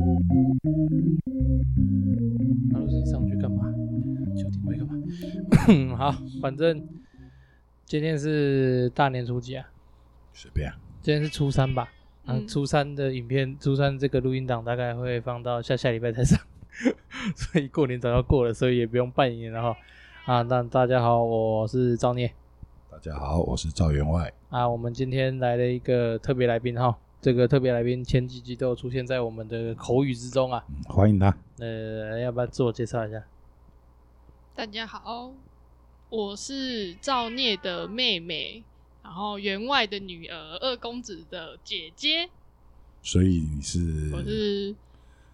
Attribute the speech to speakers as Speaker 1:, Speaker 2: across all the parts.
Speaker 1: 好，反正今天是大年初几啊？
Speaker 2: 随便啊。
Speaker 1: 今天是初三吧？啊，
Speaker 3: 嗯
Speaker 1: 初三的影片，初三这个录音档大概会放到下下礼拜才上， 所以过年早要过了，所以也不用拜年了哈。啊，那大家好，我是赵聂
Speaker 2: 大家好，我是赵员外。
Speaker 1: 啊，我们今天来了一个特别来宾哈，这个特别来宾前几集都有出现在我们的口语之中啊，
Speaker 2: 嗯欢迎他。
Speaker 1: 呃，要不要自我介绍一下？
Speaker 3: 大家好，我是赵聂的妹妹，然后员外的女儿，二公子的姐姐，
Speaker 2: 所以你
Speaker 1: 嗯
Speaker 2: 是
Speaker 3: 我是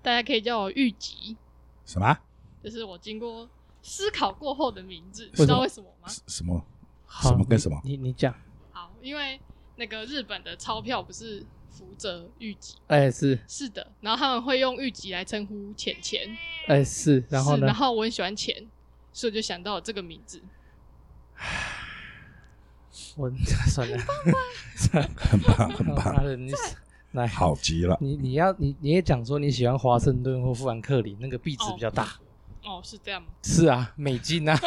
Speaker 3: 大家可以叫我玉吉，
Speaker 2: 什么？啊
Speaker 3: 这、是我经过思考过后的名字，
Speaker 1: 什么
Speaker 3: 知道为什么吗？
Speaker 2: 什什么？
Speaker 1: 好
Speaker 2: 什么跟
Speaker 1: 你
Speaker 2: 什么
Speaker 1: 你你讲，
Speaker 3: 好，因为那个日本的钞票不是福泽谕吉，
Speaker 1: 哎、是
Speaker 3: 是的，然后他们会用谕吉来称呼钱钱，
Speaker 1: 哎、是，然后
Speaker 3: 是
Speaker 1: 呢
Speaker 3: 然？后我很喜欢钱，所以我就想到了这个名字，
Speaker 1: 我 算了，
Speaker 2: 很 棒，很
Speaker 1: 妈
Speaker 2: 棒，
Speaker 1: 的，你来，
Speaker 2: 好极了。
Speaker 1: 你你要你你也讲说你喜欢华盛顿或富兰克林，那个币值比较大。
Speaker 3: 哦，是这样吗？
Speaker 1: 是啊，美金 啊，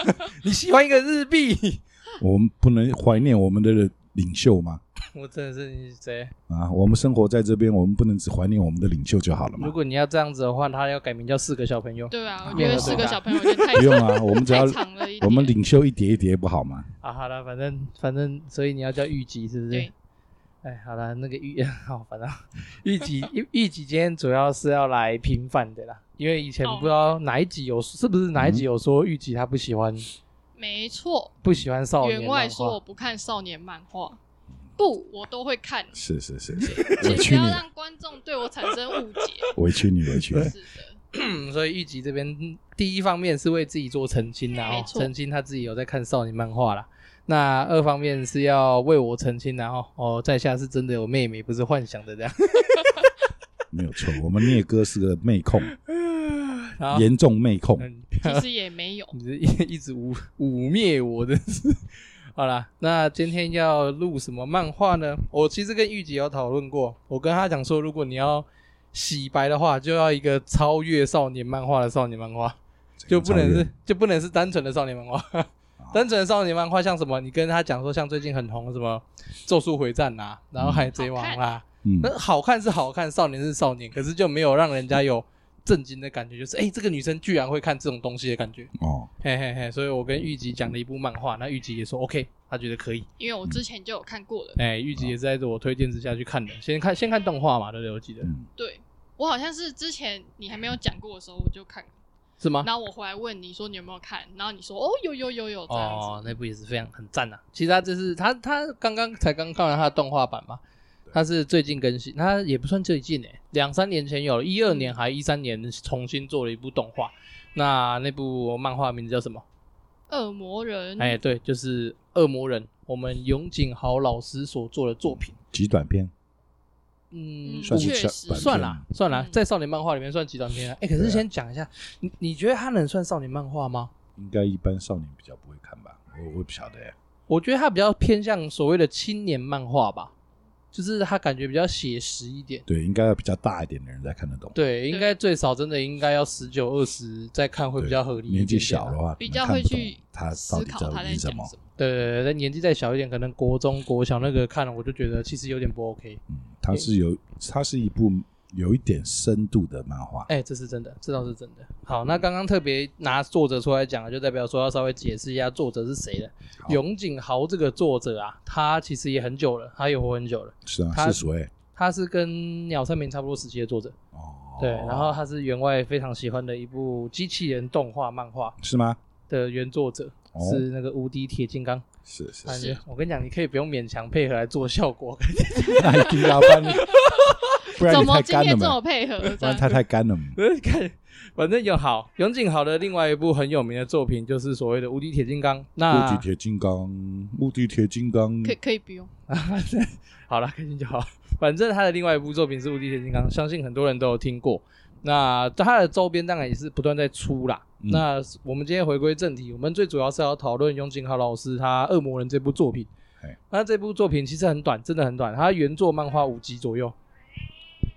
Speaker 1: 你喜欢一个日币？
Speaker 2: 我们不能怀念我们的领袖吗？
Speaker 1: 我真的是你谁？
Speaker 2: 啊，我们生活在这边，我们不能只怀念我们的领袖就好了嘛
Speaker 1: 如？果你要这样子的话，他要改名叫四个小朋友
Speaker 3: 对啊，我
Speaker 1: 没
Speaker 3: 觉
Speaker 1: 有
Speaker 3: 得
Speaker 1: 很
Speaker 3: 四
Speaker 1: 大
Speaker 3: 个小朋友有点太
Speaker 2: 不用啊，我们只要
Speaker 3: 太长了一点。
Speaker 2: 我们领袖一叠一叠不好吗？
Speaker 1: 啊。好了，反正反正，所以你要叫玉吉是不是
Speaker 3: 对？
Speaker 1: 哎，好了，那个玉 好烦啊。玉吉玉玉吉今天主要是要来平反的啦，因为以前
Speaker 3: 哦
Speaker 1: 不知道哪一集有是不是哪一集有说玉吉他不喜欢
Speaker 3: 没错，
Speaker 1: 不喜欢少年
Speaker 3: 员
Speaker 1: 漫
Speaker 3: 外
Speaker 1: 画
Speaker 3: 说我不看少年漫画，不，我都 会看，
Speaker 2: 是是是是，委
Speaker 3: 请不
Speaker 2: 屈
Speaker 3: 要
Speaker 2: 你，
Speaker 3: 让观众对我产生误解。
Speaker 2: 委屈你，委屈你。
Speaker 3: 是的，
Speaker 1: 嗯所以玉吉这边嗯第一方面是为自己做澄清啦，
Speaker 3: 没
Speaker 1: 哦，
Speaker 3: 错
Speaker 1: 澄清他自己有在看少年漫画啦。那二方面是要为我澄清啦，然后哦，在下是真的有妹妹，不是幻想的这样。
Speaker 2: 没有错，我们聂哥是个妹 控，
Speaker 1: 然后
Speaker 2: 严重妹控。
Speaker 1: 嗯。
Speaker 3: 其实也没有
Speaker 1: 你这一一 直污污蔑我的是。好啦，那今天要录什么漫画呢？我其实跟玉吉有讨论过，我跟他讲说，如果你要洗白的话，就要一个超越少年漫画的少年漫画，就不能
Speaker 2: 超越
Speaker 1: 是就不能是单纯的少年漫画。 单纯的少年漫画像什么？你跟他讲说，像最近很红的什么《咒术回战》啦，然后《海贼王》啦，
Speaker 2: 嗯，
Speaker 3: 呃
Speaker 1: 那好看是好看，少年是少年，可是就没有让人家有震惊的感觉，就是哎、诶这个女生居然会看这种东西的感觉。
Speaker 2: 哦，
Speaker 1: 嘿嘿嘿，所以我跟玉吉讲了一部漫画，那玉吉也说 OK，他觉得可以。
Speaker 3: 因为我之前就有看过了，
Speaker 1: 哎、玉吉也是在我推荐之下去看的，先看先看动画嘛，对不对？我记得
Speaker 2: 嗯，
Speaker 3: 对我好像是之前你还没有讲过的时候我就看了，
Speaker 1: 是
Speaker 2: 啊
Speaker 1: 吗？
Speaker 3: 然后我回来问你说你有没有看，然后你说哦有有有有这样
Speaker 1: 哦，
Speaker 3: 子，
Speaker 1: 那部也是非常很赞啊。其实他这是他他刚刚才刚看完他的动画版嘛，他是最近更新，他也不算最近诶、欸两三年前有，一二年还一三年重新做了一部动画。那那部漫画名字叫什么？
Speaker 3: 恶魔人，
Speaker 1: 哎、对，就是《恶魔人》，我们永井豪老师所做的作品。
Speaker 2: 极短篇
Speaker 1: 嗯，
Speaker 3: 嗯
Speaker 2: 算是
Speaker 3: 确
Speaker 2: 小
Speaker 3: 实
Speaker 2: 短
Speaker 1: 算
Speaker 2: 篇
Speaker 1: 啦，算啦
Speaker 3: 嗯，
Speaker 1: 在少年漫画里面算极短篇啊。哎、可
Speaker 2: 对
Speaker 1: 是
Speaker 2: 啊
Speaker 1: 先讲一下，你你觉得它能算少年漫画吗？
Speaker 2: 应该一般少年比较不会看吧？我我不晓得耶，
Speaker 1: 我觉得它比较偏向所谓的青年漫画吧，就是它感觉比较写实一点。
Speaker 2: 对，应该要比较大一点的人才看得懂。
Speaker 1: 对，应该最少真的应该要十九二十再看会比较合理一点点啊。
Speaker 2: 年纪小的话，
Speaker 3: 比
Speaker 2: 可能
Speaker 3: 较
Speaker 2: 看
Speaker 3: 会
Speaker 2: 不懂
Speaker 3: 去
Speaker 2: 他到底
Speaker 3: 思考他在
Speaker 2: 演什
Speaker 3: 讲
Speaker 2: 么。
Speaker 3: 什么。
Speaker 1: 对，对对对，但年纪再小一点，可能国中、国小那个看了，我就觉得其实有点不 OK。
Speaker 2: 嗯，它是有，它是一部有一点深度的漫画。
Speaker 1: 哎、这是真的，这倒是真的。好，
Speaker 2: 嗯
Speaker 1: 那刚刚特别拿作者出来讲，就代表说要稍微解释一下作者是谁了。
Speaker 2: 好
Speaker 1: 永井豪这个作者啊，他其实也很久了，他也活很久了。
Speaker 2: 是啊，
Speaker 1: 它
Speaker 2: 是谁？
Speaker 1: 他是跟鸟山明差不多时期的作者，
Speaker 2: 哦，
Speaker 1: 对。然后他是员外非常喜欢的一部机器人动画漫画
Speaker 2: 是吗？
Speaker 1: 的原作者，
Speaker 2: 哦
Speaker 1: 是那个无敌铁金刚。
Speaker 2: 是是，
Speaker 1: 感觉我跟你讲，你可以不用勉强配合来做效果，
Speaker 2: 那一定要不 然不然
Speaker 3: 怎
Speaker 2: 你
Speaker 3: 么
Speaker 2: 太
Speaker 3: 今
Speaker 2: 干了
Speaker 3: 天这么
Speaker 2: 嘛，
Speaker 3: 配合？
Speaker 2: 不
Speaker 3: 这
Speaker 2: 然
Speaker 3: 样
Speaker 2: 它太干了嘛。
Speaker 1: 看，反正有好永井豪的另外一部很有名的作品，就是所谓的《无敌铁金刚》。
Speaker 2: 无
Speaker 1: 那
Speaker 2: 敌铁金刚，无敌铁金刚，
Speaker 3: 可以可以不用，
Speaker 1: 好了，开心就好。反正他的另外一部作品是《无敌铁金刚》，相信很多人都有听过。那他的周边当然也是不断在出啦。
Speaker 2: 嗯
Speaker 1: 那我们今天回归正题，我们最主要是要讨论永井豪老师他《恶魔人》这部作品
Speaker 2: 嘿。
Speaker 1: 那这部作品其实很短，真的很短，它原作漫画五集左右，哦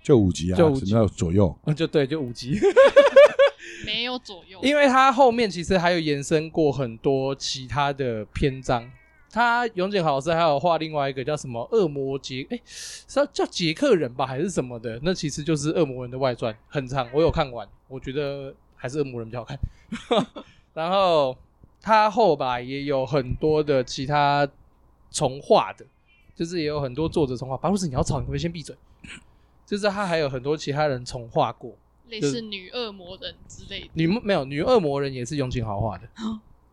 Speaker 2: 就五集啊，
Speaker 1: 就五
Speaker 2: 什
Speaker 1: 集
Speaker 2: 么叫左右？
Speaker 1: 就对，就五集。
Speaker 3: 没有左右，
Speaker 1: 因为它后面其实还有延伸过很多其他的篇章。他永井豪老师还有画另外一个叫什么《恶魔杰》，哎，是要叫捷克人吧，还是什么的？那其实就是《恶魔人》的外传，很长，我有看完，我觉得还是《恶魔人》比较好看。 然后他后来也有很多的其他重画的，就是也有很多作者重画。白露子，你要吵，你可不可以先闭嘴？就是他还有很多其他人重画过，
Speaker 3: 类似女恶魔人之类的。
Speaker 1: 女没有女恶魔人也是永井豪 画的，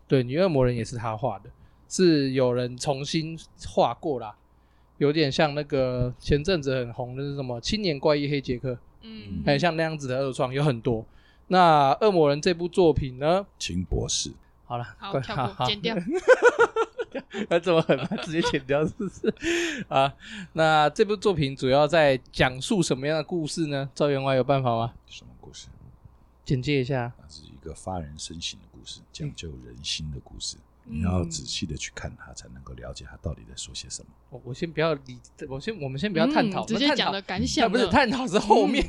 Speaker 1: 对，女恶魔人也是他画的，是有人重新画过啦，有点像那个前阵子很红的是什么《青年怪异黑杰克》，
Speaker 3: 嗯，
Speaker 1: 还有像那样子的二创有很多。那恶魔人这部作品呢？
Speaker 2: 秦博士，
Speaker 1: 好了，
Speaker 3: 好
Speaker 1: 快
Speaker 3: 跳 过，剪掉。
Speaker 1: 那这么狠吗？直接剪掉是不是？啊，那这部作品主要在讲述什么样的故事呢？赵员外有办法吗？
Speaker 2: 什么故事？
Speaker 1: 简介一下。
Speaker 2: 它是一个发人深省的故事，讲究人心的故事。
Speaker 3: 嗯
Speaker 2: 你要仔细的去看它，才能够了解它到底在说些什么。
Speaker 1: 我我先不要理，我先我们先不要探讨，
Speaker 3: 嗯直
Speaker 1: 我
Speaker 3: 接
Speaker 1: 们探讨
Speaker 3: 讲的感
Speaker 1: 那
Speaker 3: 想了。嗯
Speaker 1: 不是探讨是后面，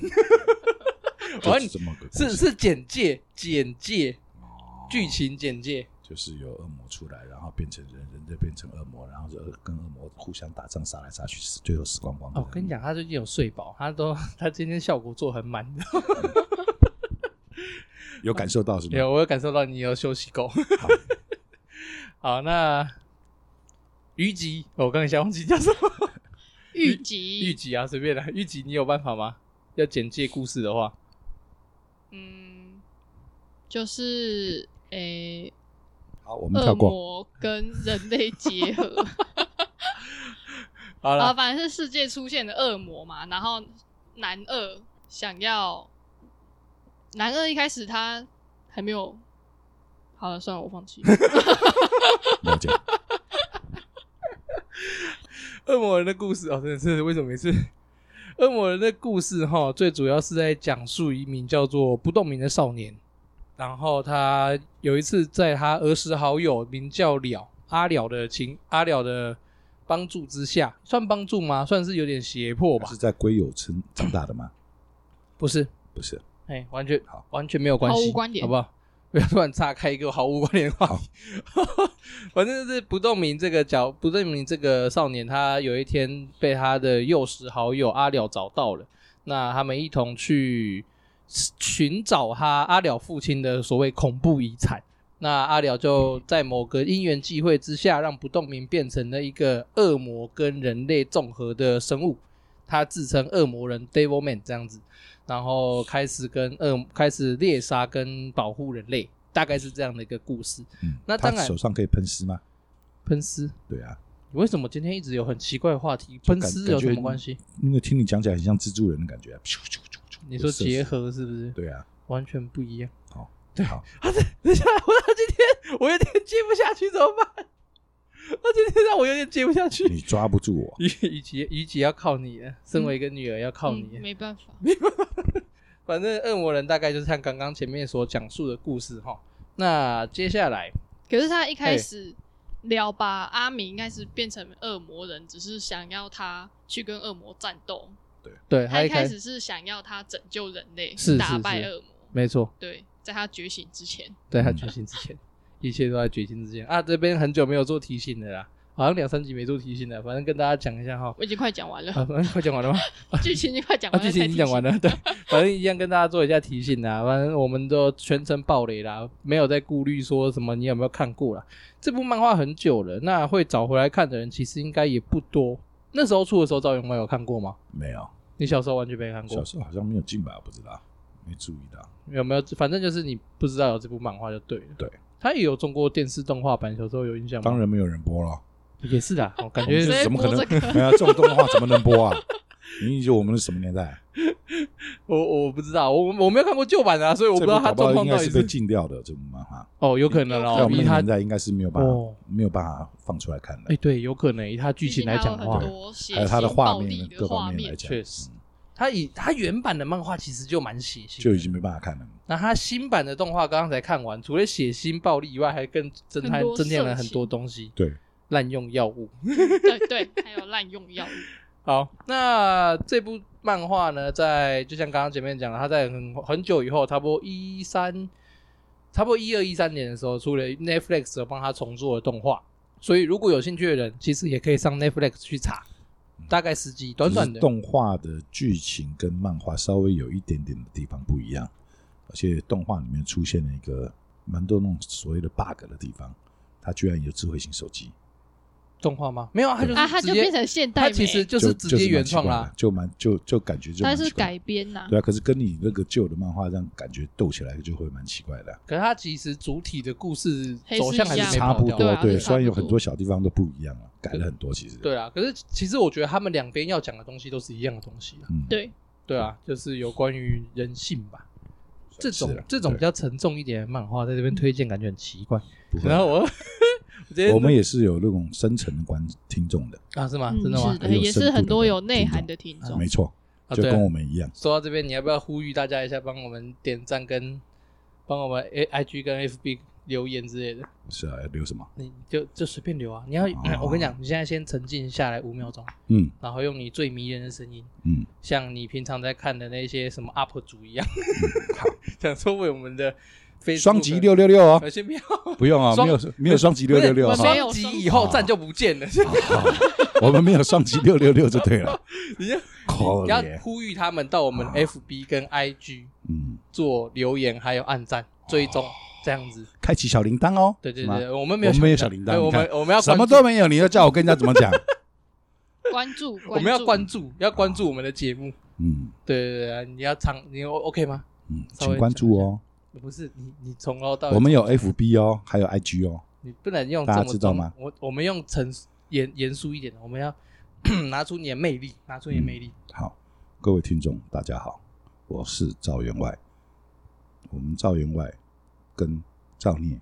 Speaker 1: 我
Speaker 2: 就
Speaker 1: 问哦
Speaker 2: 是
Speaker 1: 你
Speaker 2: 这么个故
Speaker 1: 是
Speaker 2: 事，
Speaker 1: 是简介简介
Speaker 2: 哦
Speaker 1: 剧情简介，
Speaker 2: 就是有恶魔出来，然后变成人，人再变成恶魔，然后就恶跟恶魔互相打仗，杀来杀去，死最后死光光的。
Speaker 1: 哦，我跟你讲，他最近有睡饱，他都他今天效果做很满的。
Speaker 2: 有感受到是吗？
Speaker 1: 有，我有感受到你有休息够。 好，那虞姬，哦我刚才想忘记叫什么
Speaker 3: 预
Speaker 1: 虞
Speaker 3: 集，
Speaker 1: 姬啊，随便啦。虞姬，你有办法吗？要简介故事的话，
Speaker 3: 嗯，就是诶，
Speaker 2: 好，我们
Speaker 3: 恶
Speaker 2: 跳
Speaker 1: 呃
Speaker 2: 过。
Speaker 3: 魔跟人类结 合，
Speaker 1: 好
Speaker 3: 啊，
Speaker 1: 了，
Speaker 3: 反正是世界出现的恶魔嘛，然后男二想要，男二一开始他还没有，好了，算了，我 放弃。
Speaker 2: 了解，
Speaker 1: 恶魔人的故事哦，真的是为什么每次 恶魔人的故事哈，最主要是在讲述一名叫做不动明的少年，然后他有一次在他儿时好友名叫了阿了的情阿了的帮助之下，算帮助吗？算是有点胁迫吧
Speaker 2: 我？是在龟友村长大 的吗？
Speaker 1: 不是，
Speaker 2: 不是，
Speaker 1: 哎、完全
Speaker 2: 好
Speaker 1: 完全没有关系，
Speaker 3: 毫无关联
Speaker 1: 好不好？不要突然岔开一个毫无关联的话题。反正就是不动明这个角，不动明这个少年，他有一天被他的幼时好友阿了找到了，那他们一同去寻找他阿了父亲的所谓恐怖遗产。那阿了就在某个因缘际会之下，让不动明变成了一个恶魔跟人类综合的生物，他自称恶魔人 Devil Man 这样子。然后开始跟恶开始猎杀跟保护人类，大概是这样的一个故事。
Speaker 2: 嗯，
Speaker 1: 那当然
Speaker 2: 他手上可以喷湿吗？
Speaker 1: 喷丝，
Speaker 2: 对啊，
Speaker 1: 你为什么今天一直有很奇怪的话题？
Speaker 2: 就
Speaker 1: 喷
Speaker 2: 感
Speaker 1: 丝有什么
Speaker 2: 感觉
Speaker 1: 关系？
Speaker 2: 因为听你讲起来很像蜘蛛人的感觉啊。咻咻咻咻
Speaker 1: 你说结合是不是？
Speaker 2: 对啊，
Speaker 1: 完全不一样。
Speaker 2: 好，对，好，
Speaker 1: 等一下，我到今天我有点接不下去，怎么办？ 我今天让我有点接不下去。
Speaker 2: 你抓不住我。
Speaker 1: 虞虞姬，虞姬要靠你了，身为一个女儿要靠你了。
Speaker 3: 嗯，没办法，
Speaker 1: 反正恶魔人大概就是像刚刚前面所讲述的故事哈。那接下来
Speaker 3: 可是他一开
Speaker 1: 哎
Speaker 3: 始聊吧，阿米应该是变成恶魔人，只是想要他去跟恶魔战斗。
Speaker 1: 对
Speaker 3: 他
Speaker 1: 他
Speaker 3: 一
Speaker 1: 一
Speaker 3: 开
Speaker 1: 开
Speaker 3: 始是想要他拯救人类，
Speaker 1: 是是
Speaker 3: 打败
Speaker 1: 是
Speaker 3: 恶魔。
Speaker 1: 没错，
Speaker 3: 对，在他觉醒之前，
Speaker 1: 在他
Speaker 2: 嗯
Speaker 1: 觉醒之前， 一切都在觉醒之前啊！这边很久没有做提醒的啦，好像两三集没做提醒了，反正跟大家讲一下 哈。
Speaker 3: 我已经快讲完了，
Speaker 1: 啊，反正快讲完了吗？
Speaker 3: 剧情已经快讲
Speaker 1: 啊，
Speaker 3: 完了，
Speaker 1: 剧情已经讲完
Speaker 3: 了。
Speaker 1: 了，对，反正一样跟大家做一下提醒啦。反正我们都全程暴雷啦，没有在顾虑说什么你有没有看过啦。这部漫画很久了，那会找回来看的人其实应该也不多。那时候出的时候，赵永辉有看过吗？
Speaker 2: 没 有，
Speaker 1: 你小时候完全没看过
Speaker 2: 小，时候好像没有进吧，我不知道，没注意到。
Speaker 1: 有没有？反正就是你不知道有这部漫画就对了。
Speaker 2: 对，
Speaker 1: 它也有中国电视动画版，小时候有印象吗？
Speaker 2: 当然没有人播了，
Speaker 1: 也是 的，我感
Speaker 2: 我们
Speaker 1: 觉
Speaker 2: 这
Speaker 3: 谁
Speaker 2: 怎么可
Speaker 3: 播这
Speaker 2: 能？哎没有这种动画怎么能 播啊？你以为我们是什么年代？
Speaker 1: 我我不知道，我我没有看过旧版的、啊，所以我不知道
Speaker 2: 这
Speaker 1: 它
Speaker 2: 部搞
Speaker 1: 状
Speaker 2: 好
Speaker 1: 况
Speaker 2: 应
Speaker 1: 到
Speaker 2: 该
Speaker 1: 底
Speaker 2: 是
Speaker 1: 是
Speaker 2: 被禁掉的这部漫画，
Speaker 1: 哦，有可能
Speaker 2: 在
Speaker 1: 哦，
Speaker 2: 我们
Speaker 1: 以
Speaker 2: 那个
Speaker 1: 它
Speaker 2: 年代应该是没有办
Speaker 1: 哦
Speaker 2: 法没有办法放出来看的
Speaker 1: 哎。对，有可能以它剧
Speaker 3: 毕
Speaker 1: 情
Speaker 3: 竟
Speaker 1: 来
Speaker 3: 他
Speaker 1: 讲
Speaker 3: 有
Speaker 1: 的话
Speaker 3: 很，多血
Speaker 2: 还有它的
Speaker 3: 腥
Speaker 2: 画
Speaker 3: 暴力
Speaker 2: 面
Speaker 3: 的
Speaker 2: 各
Speaker 3: 画
Speaker 2: 方面
Speaker 3: 面
Speaker 2: 来，讲，
Speaker 1: 确实
Speaker 2: 嗯，
Speaker 1: 它以它原版的漫画其实就蛮血腥的，
Speaker 2: 就已经没办法看了。
Speaker 1: 那它新版的动画刚刚才看完，除了血腥暴力以外，还更增
Speaker 3: 很
Speaker 1: 添
Speaker 3: 多
Speaker 1: 增添了
Speaker 3: 色
Speaker 1: 很
Speaker 3: 情
Speaker 1: 多东西，
Speaker 2: 对，
Speaker 1: 滥用药物。
Speaker 3: 对对，还有滥用药物，
Speaker 1: 好，那这部漫画呢，在就像刚刚前面讲的，它在很很久以后，差不多一三差不多一二一三年的时候出了 Netflix 有帮他重做的动画，所以如果有兴趣的人，其实也可以上 Netflix 去查，大概十集，短短
Speaker 2: 嗯只是
Speaker 1: 的。
Speaker 2: 动画的剧情跟漫画稍微有一点点的地方不一样，而且动画里面出现了一个蛮多那种所谓的 bug 的地方，它居然有智慧型手机，
Speaker 1: 动画吗？没有，他就
Speaker 3: 啊，它
Speaker 1: 是直
Speaker 3: 就
Speaker 1: 接，
Speaker 3: 变成现代
Speaker 1: 他
Speaker 3: 美，
Speaker 1: 其实就是
Speaker 2: 就
Speaker 1: 直接原创啦。，
Speaker 2: 就是蛮奇怪的就蛮就就感觉就
Speaker 3: 它
Speaker 2: 蛮
Speaker 3: 是
Speaker 2: 奇怪的
Speaker 3: 改编呐、
Speaker 2: 对啊，可是跟你那个旧的漫画这样感觉斗起来就会蛮奇怪的啊、
Speaker 1: 可是它其实主体的故事
Speaker 3: 还是
Speaker 1: 走向还
Speaker 3: 一样
Speaker 1: 是没
Speaker 2: 差
Speaker 1: 跑
Speaker 2: 不
Speaker 1: 掉
Speaker 3: 对
Speaker 2: 多
Speaker 3: 啊
Speaker 2: 对，
Speaker 3: 是差
Speaker 2: 虽然
Speaker 3: 不
Speaker 2: 有很
Speaker 3: 多
Speaker 2: 多小地方都不一样了，改了很多其实。
Speaker 1: 对啦，可是其实我觉得他们两边要讲的东西都是一样的东西啊。
Speaker 2: 嗯，
Speaker 3: 对，
Speaker 1: 对啊，就是有关于人性吧。这
Speaker 2: 算
Speaker 1: 种
Speaker 2: 是啦
Speaker 1: 这种
Speaker 2: 对
Speaker 1: 比较沉重一点的漫画，在这边推荐感觉很奇怪。
Speaker 2: 不会
Speaker 1: 然后我， 我今天
Speaker 2: 嗯我们也是有那种深层的观听众的，
Speaker 1: 啊是吗？
Speaker 3: 嗯，
Speaker 1: 真的吗
Speaker 3: 是？的，
Speaker 2: 很有
Speaker 3: 也
Speaker 2: 深
Speaker 3: 是
Speaker 2: 度
Speaker 3: 很
Speaker 2: 的
Speaker 3: 多
Speaker 2: 人
Speaker 3: 有内
Speaker 2: 听
Speaker 3: 涵
Speaker 2: 众
Speaker 3: 的听众。
Speaker 2: 没错，
Speaker 1: 啊
Speaker 2: 就
Speaker 1: 对啊
Speaker 2: 跟我们一样。
Speaker 1: 说到这边，你要不要呼吁大家一下，帮我们点赞跟帮我们 A I G 跟 F B 留言之类的？
Speaker 2: 是啊，留什么？
Speaker 1: 你就就随便留啊！你要、
Speaker 2: 哦
Speaker 1: 我跟你讲，你现在先沉浸下来五秒钟，
Speaker 2: 嗯
Speaker 1: 然后用你最迷人的声音，
Speaker 2: 嗯，
Speaker 1: 像你平常在看的那些什么 UP 主一样， 想说为我们的 Facebook
Speaker 2: 双击六六六哦
Speaker 1: 呃，，先不要，
Speaker 2: 不要啊，
Speaker 1: 双
Speaker 2: 没有没有双击六六六
Speaker 1: 不
Speaker 2: 啊
Speaker 1: 是
Speaker 3: 我没
Speaker 2: 哈，
Speaker 3: 有
Speaker 1: 双击以后赞就不 见了，
Speaker 2: 好我们没有双击六六 六就对了。
Speaker 1: 你要
Speaker 2: 可
Speaker 1: 你要
Speaker 2: 怜，
Speaker 1: 呼吁他们到我们 FB 跟 IG
Speaker 2: 嗯，
Speaker 1: 做留言，还有按赞、追踪这样子。
Speaker 2: 开启小铃铛哦。
Speaker 1: 对对
Speaker 2: 是吗
Speaker 1: 对，，我们没有
Speaker 2: 我们没有小铃铛
Speaker 1: 对我
Speaker 2: 你
Speaker 1: 们
Speaker 2: 看
Speaker 1: 我们要
Speaker 2: 什么
Speaker 1: 关注
Speaker 2: 都没有，你要叫我跟人家怎么讲？
Speaker 3: 关注，
Speaker 1: 我们要
Speaker 3: 注
Speaker 1: 关注，要关注我们的节目。
Speaker 2: 嗯
Speaker 1: 对对对，你要长，你 O OK 吗？
Speaker 2: 嗯，
Speaker 1: 稍微
Speaker 2: 请关注
Speaker 1: 讲
Speaker 2: 哦。
Speaker 1: 不是你，你从头到尾
Speaker 2: 我们有 FB 哦，还有 IG 哦。
Speaker 1: 你不能用
Speaker 2: 大家
Speaker 1: 这么
Speaker 2: 知道吗
Speaker 1: 重我我们用成严严肃一点的，我们要 拿出你的魅力，拿出你的魅力。
Speaker 2: 好，各位听众，大家好，我是赵员外。我们赵员外跟赵聂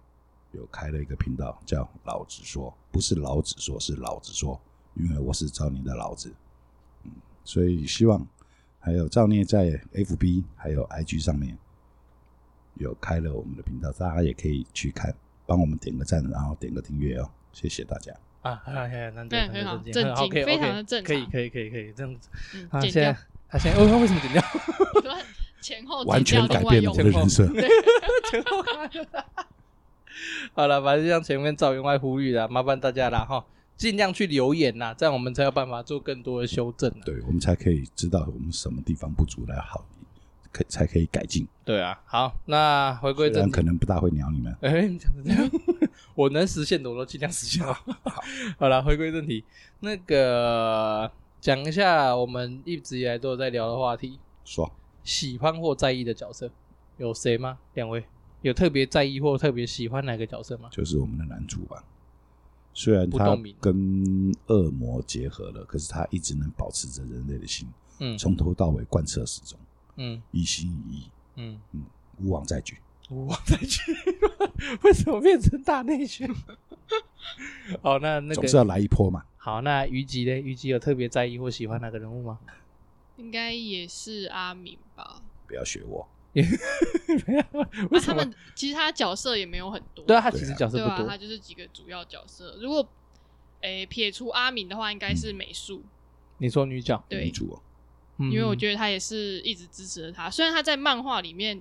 Speaker 2: 有开了一个频道，叫“老子说”，不是“老子说”，是“老子说”，因为我是赵聂的老子。嗯，所以希望还有赵聂在 FB 还有 IG 上面有开了我们的频道，大家也可以去看，帮我们点个赞，然后点个订阅哦，谢谢大家。
Speaker 1: 啊，哎呀，难得
Speaker 3: 对
Speaker 1: 难
Speaker 3: 很好
Speaker 1: 得
Speaker 3: 正
Speaker 1: 很好
Speaker 3: 经
Speaker 1: 可以
Speaker 3: 非
Speaker 1: OK，
Speaker 3: 常的正
Speaker 1: 可以
Speaker 3: 常
Speaker 1: 可以可以可以这样子。
Speaker 3: 嗯，
Speaker 1: 啊，
Speaker 3: 剪
Speaker 1: 现
Speaker 3: 掉
Speaker 1: 在，他现在哦，为什么剪掉？
Speaker 3: 对前后
Speaker 2: 完
Speaker 3: 剪
Speaker 2: 全
Speaker 3: 掉
Speaker 2: 改
Speaker 3: 另外
Speaker 2: 变了我。的
Speaker 3: 用
Speaker 2: 人生。
Speaker 1: 好了，反正就像前面赵员外呼吁的，啊麻烦大家啦哈，尽量去留言啦，这样我们才有办法做更多的修正啦。
Speaker 2: 对，我们才可以知道我们什么地方不足来好，可才可以改进。
Speaker 1: 对啊，好，那回归
Speaker 2: 虽
Speaker 1: 正
Speaker 2: 然
Speaker 1: 题
Speaker 2: 可能不大会鸟你们，
Speaker 1: 哎、你讲的这样，我能实现的我都尽量实现了。 好了，回归正题，那个讲一下我们一直以来都有在聊的话题，
Speaker 2: 说
Speaker 1: 喜欢或在意的角色有谁吗？两位有特别在意或特别喜欢哪个角色吗？
Speaker 2: 就是我们的男主吧。虽然
Speaker 1: 不
Speaker 2: 他
Speaker 1: 动明
Speaker 2: 跟恶魔结合了，可是他一直能保持着人类的心，
Speaker 1: 嗯
Speaker 2: 从头到尾贯彻始终，
Speaker 1: 嗯
Speaker 2: 一心一意，
Speaker 1: 嗯，
Speaker 2: 无往再举。
Speaker 1: 我再去，为什么变成大内 宣？好，哦那那
Speaker 2: 总是啊
Speaker 1: 个
Speaker 2: 要来一波嘛。
Speaker 1: 好，那虞姬呢？虞姬有特别在意或喜欢哪个人物吗？
Speaker 3: 啊应该也是阿明吧？
Speaker 2: 不要学我，
Speaker 3: 那、
Speaker 1: 为什
Speaker 3: 啊他
Speaker 1: 么？
Speaker 3: 们其实他角色也没有很多，
Speaker 1: 对啊，他其实角色
Speaker 3: 对
Speaker 1: 不
Speaker 3: 啊，
Speaker 1: 多
Speaker 3: 他。就是几个主要角色。如果诶、撇除阿敏的话，应该是美术，
Speaker 1: 嗯你说女角，嗯
Speaker 3: 对
Speaker 2: 女，主哦，
Speaker 1: 因
Speaker 3: 因为我觉得他也是一直支持着他。虽然他在漫画里面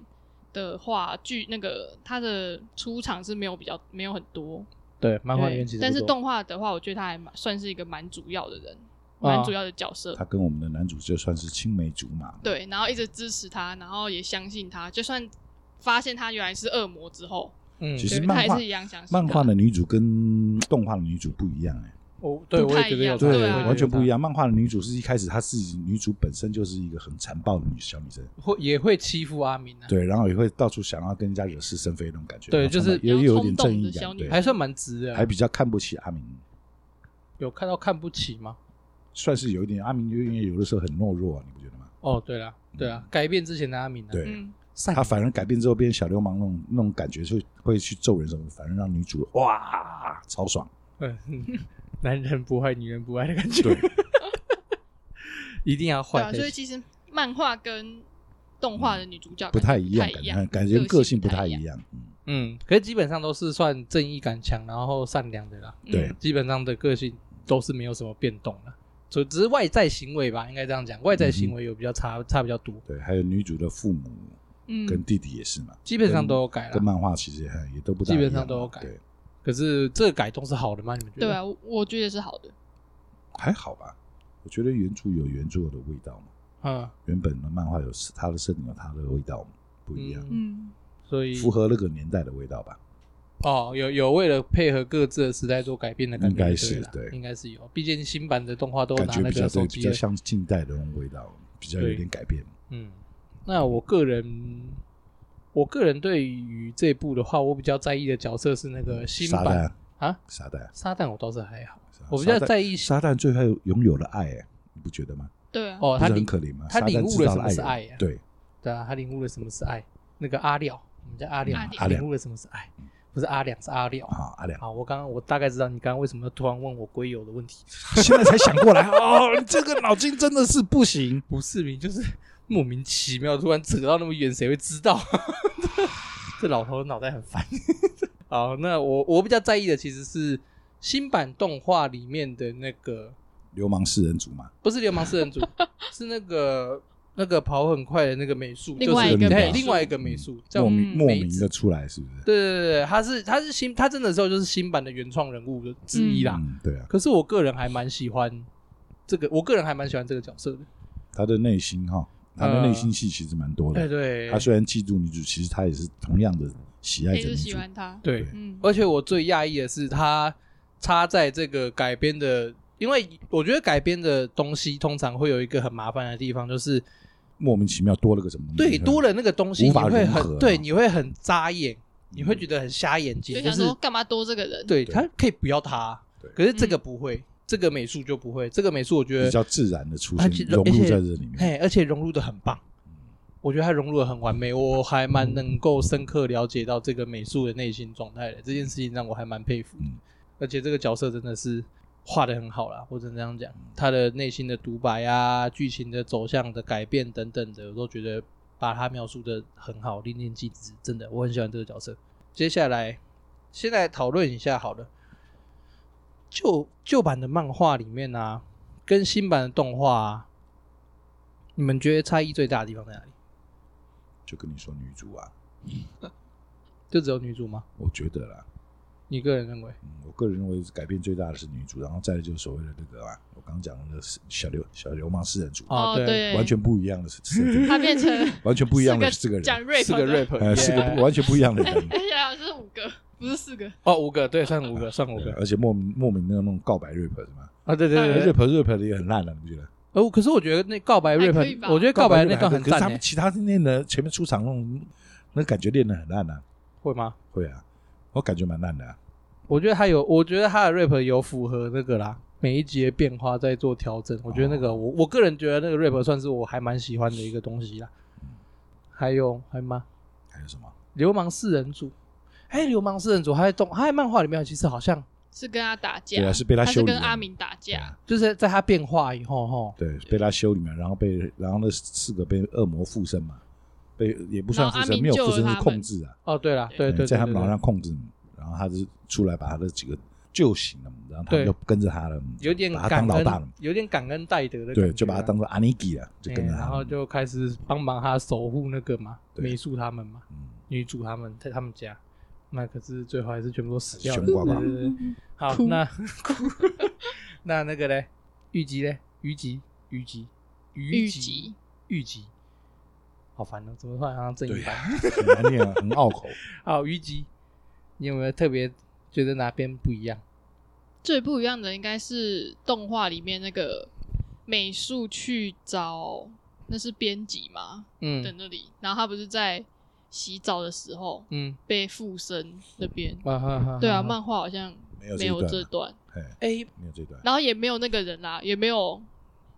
Speaker 3: 的话，剧那个他的出场是没有比较没有很多，
Speaker 1: 对，漫画里
Speaker 3: 对
Speaker 1: 面其实不
Speaker 3: 但是
Speaker 1: 多
Speaker 3: 动画的话，我觉得他还蛮算是一个蛮主要的人，
Speaker 1: 啊
Speaker 3: 蛮主要的角色。
Speaker 2: 他跟我们的男主就算是青梅竹马。，
Speaker 3: 对，然后一直支持他，然后也相信他，就算发现他原来是恶魔之后，
Speaker 1: 嗯，
Speaker 2: 其实
Speaker 3: 对
Speaker 2: 漫
Speaker 3: 他也
Speaker 2: 画
Speaker 3: 是一样相信
Speaker 2: 漫
Speaker 3: 他
Speaker 2: 画的女主跟动画的女主不一样哎、
Speaker 1: 我对
Speaker 3: 不
Speaker 1: 我也
Speaker 3: 太
Speaker 1: 觉得
Speaker 3: 一
Speaker 1: 有
Speaker 3: 样
Speaker 1: 差
Speaker 3: 对
Speaker 1: 我也
Speaker 3: 啊
Speaker 1: 觉得
Speaker 2: 完全
Speaker 1: 有差
Speaker 2: 不一样。漫画的女主是一开始她自己，女主本身就是一个很残暴的女小女生，
Speaker 1: 会也会欺负阿明啊，
Speaker 2: 对，然后也会到处想要跟人家惹是生非那种感觉，
Speaker 1: 对
Speaker 2: 然后
Speaker 1: 就是
Speaker 2: 也也有一点正
Speaker 3: 比
Speaker 2: 义感，
Speaker 3: 较冲动的小女
Speaker 2: 对，
Speaker 1: 还算蛮直的啊。
Speaker 2: 还比较看不起阿明，
Speaker 1: 有看到看不起吗？
Speaker 2: 算是有一点阿明，因为有的时候很懦弱啊，你不觉得吗？
Speaker 1: 哦，对了，对啊，改变之前的阿明啊，
Speaker 2: 嗯对
Speaker 3: 嗯，
Speaker 1: 善
Speaker 2: 他
Speaker 1: 良，
Speaker 2: 反而改变之后变成小流氓那种那种感觉，就会去揍人什么的，反而让女主哇超爽，
Speaker 1: 嗯， 男人不坏，女人不爱的感觉，
Speaker 2: 对，
Speaker 1: 一定要
Speaker 3: 对
Speaker 1: 坏
Speaker 3: 啊，
Speaker 1: 才
Speaker 3: 所以
Speaker 1: 行。
Speaker 3: 其实漫画跟动画的女主角
Speaker 2: 不太
Speaker 3: 一
Speaker 2: 一样，感觉感觉个性不太一，样，嗯，
Speaker 1: 嗯，可是基本上都是算正义感强，然后善良的啦，
Speaker 3: 嗯
Speaker 2: 对，
Speaker 1: 基本上的个性都是没有什么变动的，所以只是
Speaker 2: 嗯
Speaker 1: 外在行为吧，应该这样讲，外在行为有比较差差比较多。
Speaker 2: 对，还有女主的父母
Speaker 3: 嗯，
Speaker 2: 跟弟弟也是嘛，
Speaker 1: 基本上都有改
Speaker 2: 跟
Speaker 1: 了。
Speaker 2: 漫画其实也很也都不大
Speaker 1: 基本
Speaker 2: 一样
Speaker 1: 上都有
Speaker 2: 嘛
Speaker 1: 改
Speaker 2: 对，
Speaker 1: 可是这个改动是好的吗？你们觉得？
Speaker 3: 对啊，我我觉得是好的。
Speaker 2: 还好吧。我觉得原著有原著的味道嘛，
Speaker 1: 嗯，
Speaker 2: 原本的漫画有它的设定有它的味道嘛，不一样，
Speaker 1: 嗯，
Speaker 3: 嗯，
Speaker 1: 所以
Speaker 2: 符合那个年代的味道吧。
Speaker 1: 哦，有有为了配合各自的时代做改变的感觉，
Speaker 2: 应该是
Speaker 1: 对啦
Speaker 2: 对
Speaker 1: 应该是有。毕竟新版的动画都
Speaker 2: 感
Speaker 1: 拿
Speaker 2: 觉
Speaker 1: 那
Speaker 2: 比较
Speaker 1: 个手
Speaker 2: 对，
Speaker 1: 机
Speaker 2: 比较
Speaker 1: 了，
Speaker 2: 像近代的那种味道，比较有
Speaker 1: 对
Speaker 2: 点改变。
Speaker 1: 嗯，那我个人，我个人对于这部的话，我比较在意的角色是那个新
Speaker 2: 撒
Speaker 1: 版
Speaker 2: 旦，
Speaker 1: 啊，
Speaker 2: 撒旦，
Speaker 1: 撒旦我倒是还好，
Speaker 2: 撒
Speaker 1: 我比较
Speaker 2: 撒旦
Speaker 1: 在意
Speaker 2: 撒旦最后拥有了爱，哎你不觉得吗？
Speaker 3: 对啊，
Speaker 1: 哦，
Speaker 2: 不
Speaker 1: 他
Speaker 2: 是很
Speaker 1: 领
Speaker 2: 可怜吗？
Speaker 1: 他
Speaker 2: 撒
Speaker 1: 领
Speaker 2: 旦
Speaker 1: 悟
Speaker 2: 知
Speaker 1: 了
Speaker 2: 道
Speaker 1: 什么
Speaker 2: 爱
Speaker 1: 是
Speaker 2: 人
Speaker 1: 爱呀
Speaker 2: 对，
Speaker 1: 对啊，他领悟了什么是爱，那个阿廖，我们叫阿廖
Speaker 3: 阿，
Speaker 1: 他
Speaker 2: 廖
Speaker 1: 领悟了什么是爱，不是阿亮是阿廖。
Speaker 2: 啊，阿良，
Speaker 1: 好，我刚刚我大概知道你刚刚为什么突然问我龟友的问题，
Speaker 2: 现在才想过来 哦，你这个脑筋真的是不行。
Speaker 1: 不是你就是莫名其妙突然扯到那么远，谁会知道？ 这老头脑袋很烦。 好，那我我比较在意的其实是新版动画里面的那个，
Speaker 2: 流氓四人组嘛，
Speaker 1: 不是流氓四人组，是那个那个跑很快的那个美术，
Speaker 3: 另外一
Speaker 1: 就
Speaker 3: 个
Speaker 1: 是
Speaker 2: 美
Speaker 1: 嘿
Speaker 2: 术
Speaker 1: 另外一个美术叫
Speaker 2: 莫
Speaker 3: 我们
Speaker 2: 名
Speaker 3: 嗯
Speaker 2: 莫
Speaker 1: 梅
Speaker 2: 名
Speaker 1: 子
Speaker 2: 的出来是不是？
Speaker 1: 对对对对，他是他是新他真的时候就是新版的原创人物的之一啦。
Speaker 2: 嗯，对啊，
Speaker 1: 可是我个人还蛮喜欢这个，我个人还蛮喜欢这个角色的。
Speaker 2: 他的内心哈，他的内心戏其实蛮多
Speaker 1: 呃对
Speaker 2: 的。
Speaker 1: 对，哎
Speaker 2: 他虽然嫉妒女主，其实他也是同样的喜爱
Speaker 3: 也
Speaker 2: 着
Speaker 3: 是
Speaker 2: 女
Speaker 3: 喜
Speaker 2: 主。
Speaker 3: 欢他。
Speaker 1: 对，
Speaker 3: 嗯，
Speaker 1: 而且我最讶异的是，他插在这个改编的，因为我觉得改编的东西通常会有一个很麻烦的地方，就是
Speaker 2: 莫名其妙多了个什么东西？
Speaker 1: 对多了那个东西，
Speaker 2: 嗯无
Speaker 1: 你
Speaker 2: 法
Speaker 1: 会
Speaker 2: 融合
Speaker 1: 很
Speaker 2: 啊
Speaker 1: 对，你会很扎眼，你会觉得很瞎眼
Speaker 3: 就
Speaker 1: 睛，就
Speaker 3: 想
Speaker 1: 是
Speaker 3: 说干嘛多这个人？，
Speaker 1: 对
Speaker 2: 对
Speaker 1: 他可以不要他
Speaker 2: 对，
Speaker 1: 可是这个不会，这个美术就不会，这个美术我觉
Speaker 2: 比
Speaker 1: 得，
Speaker 2: 较自然的出
Speaker 1: 而
Speaker 2: 现，
Speaker 1: 且
Speaker 2: 融入在这里面。
Speaker 1: 嘿，而且融入的很棒。我觉得他融入的很完美，我还蛮能够深刻了解到这个美术的内心状态的。这件事情让我还蛮佩服的
Speaker 2: 嗯
Speaker 1: 而且这个角色真的是画的很好啦，我只能这样讲。他的内心的独白啊，剧情的走向的改变等等的，我都觉得把他描述的很好，淋漓尽致。真的，我很喜欢这个角色。接下来，先来讨论一下好了。旧旧版的漫画里面啊，跟新版的动画、啊，你们觉得差异最大的地方在哪里？
Speaker 2: 就跟你说，女主啊，
Speaker 1: 就只有女主吗？
Speaker 2: 我觉得啦，
Speaker 1: 你个人认为？
Speaker 2: 嗯，我个人认为改变最大的是女主，然后再来就是所谓的那个啊，我刚刚讲的那个小流小流氓四人组，
Speaker 1: 啊
Speaker 3: 哦
Speaker 1: 对
Speaker 3: 对，
Speaker 2: 完全不一样的是四 人组，
Speaker 3: 他变成
Speaker 2: 完全 不一样的
Speaker 3: 四
Speaker 2: 四个
Speaker 3: 讲
Speaker 2: 人，
Speaker 3: rap
Speaker 1: 四个
Speaker 3: 的
Speaker 1: rap，
Speaker 2: 呃，四个不完全不一样的 人，
Speaker 3: 哎呀，是五个，不是四个。
Speaker 1: 哦，五个，对，算五个，算五
Speaker 2: 对
Speaker 1: 个
Speaker 2: 而且莫名莫名的那种告白 rap 是吗
Speaker 1: 啊，对对
Speaker 3: 嗯
Speaker 1: 对对
Speaker 2: ？rap rap 的也很烂了，啊你不觉得？
Speaker 1: 哦，可是我觉得那告白
Speaker 3: 还
Speaker 1: rap，
Speaker 3: 可以吧
Speaker 1: 我觉得 告白那
Speaker 2: rap
Speaker 1: 段
Speaker 2: 还
Speaker 1: 很
Speaker 2: 可
Speaker 1: 赞欸
Speaker 2: 是他
Speaker 1: 诶、
Speaker 2: 们其他练的前面出场那种，那感觉练的很烂啊，
Speaker 1: 会吗？
Speaker 2: 会啊，我感觉蛮烂的啊，
Speaker 1: 我觉得他有，我觉得他的 rap 有符合那个啦，每一集的变化在做调整。我觉得那
Speaker 2: 哦
Speaker 1: 个、我我个人觉得那个 rap 算是我还蛮喜欢的一个东西啦。还有还有吗？
Speaker 2: 还有什么？
Speaker 1: 流氓四人组，哎、流氓四人组他在动，他在漫画里面其实好像
Speaker 3: 是跟他打架，
Speaker 2: 对啊，是被他
Speaker 3: 他是
Speaker 2: 修理
Speaker 3: 跟
Speaker 2: 了
Speaker 3: 阿明打
Speaker 2: 对
Speaker 3: 架
Speaker 2: 啊，
Speaker 1: 就是在他变化以后吼，
Speaker 2: 对，被他修理嘛，然后被然后那四个被恶魔附身嘛，被也不算
Speaker 3: 然后
Speaker 2: 附
Speaker 3: 阿
Speaker 2: 身，
Speaker 3: 明
Speaker 2: 没有
Speaker 3: 救
Speaker 2: 附
Speaker 3: 了
Speaker 2: 身
Speaker 3: 他
Speaker 2: 是
Speaker 3: 们
Speaker 2: 控制啊，
Speaker 1: 哦，对啦，对对对
Speaker 2: 在他们
Speaker 1: 对
Speaker 2: 脑
Speaker 1: 对
Speaker 2: 上控制，然后他就出来把他的几个救醒了，然后他
Speaker 1: 对
Speaker 2: 们就跟着他了，
Speaker 1: 有点
Speaker 2: 把他
Speaker 1: 感
Speaker 2: 当老大了
Speaker 1: 恩，，有点感恩戴德的感觉啦，啊
Speaker 2: 对，就把他当做阿尼基了，就跟着
Speaker 1: 哎
Speaker 2: 他，
Speaker 1: 然后就开始帮忙他守护那个嘛，
Speaker 2: 对
Speaker 1: 美术他们嘛，
Speaker 2: 嗯
Speaker 1: 女主他们在他们家，那可是最后还是全部都死掉了。
Speaker 2: 全部挂挂
Speaker 1: 对对对对好，
Speaker 3: 哭
Speaker 1: 那 哭，那那个嘞，虞姬嘞，虞姬，虞姬，虞
Speaker 3: 玉
Speaker 1: 姬
Speaker 3: 吉，，
Speaker 1: 虞姬，好烦哦，怎么突然好像正义
Speaker 2: 对
Speaker 1: 班？
Speaker 2: 很难念啊，很拗口。
Speaker 1: 好，虞姬，你有没有特别觉得哪边不一样？
Speaker 3: 最不一样的应该是动画里面那个美术去找那是编辑嘛的
Speaker 1: 嗯
Speaker 3: 那里，然后他不是在洗澡的时候
Speaker 1: 嗯，
Speaker 3: 被附身那边，
Speaker 1: 啊哈哈，
Speaker 3: 对啊，
Speaker 1: 哈哈
Speaker 3: 漫画好像
Speaker 2: 没有这
Speaker 3: 没
Speaker 2: 一
Speaker 3: 有
Speaker 2: 段
Speaker 3: 这
Speaker 2: 啊
Speaker 3: 段，
Speaker 2: 嘿，
Speaker 1: 哎，
Speaker 2: 没有这段，
Speaker 3: 然后也没有那个人啦，也没有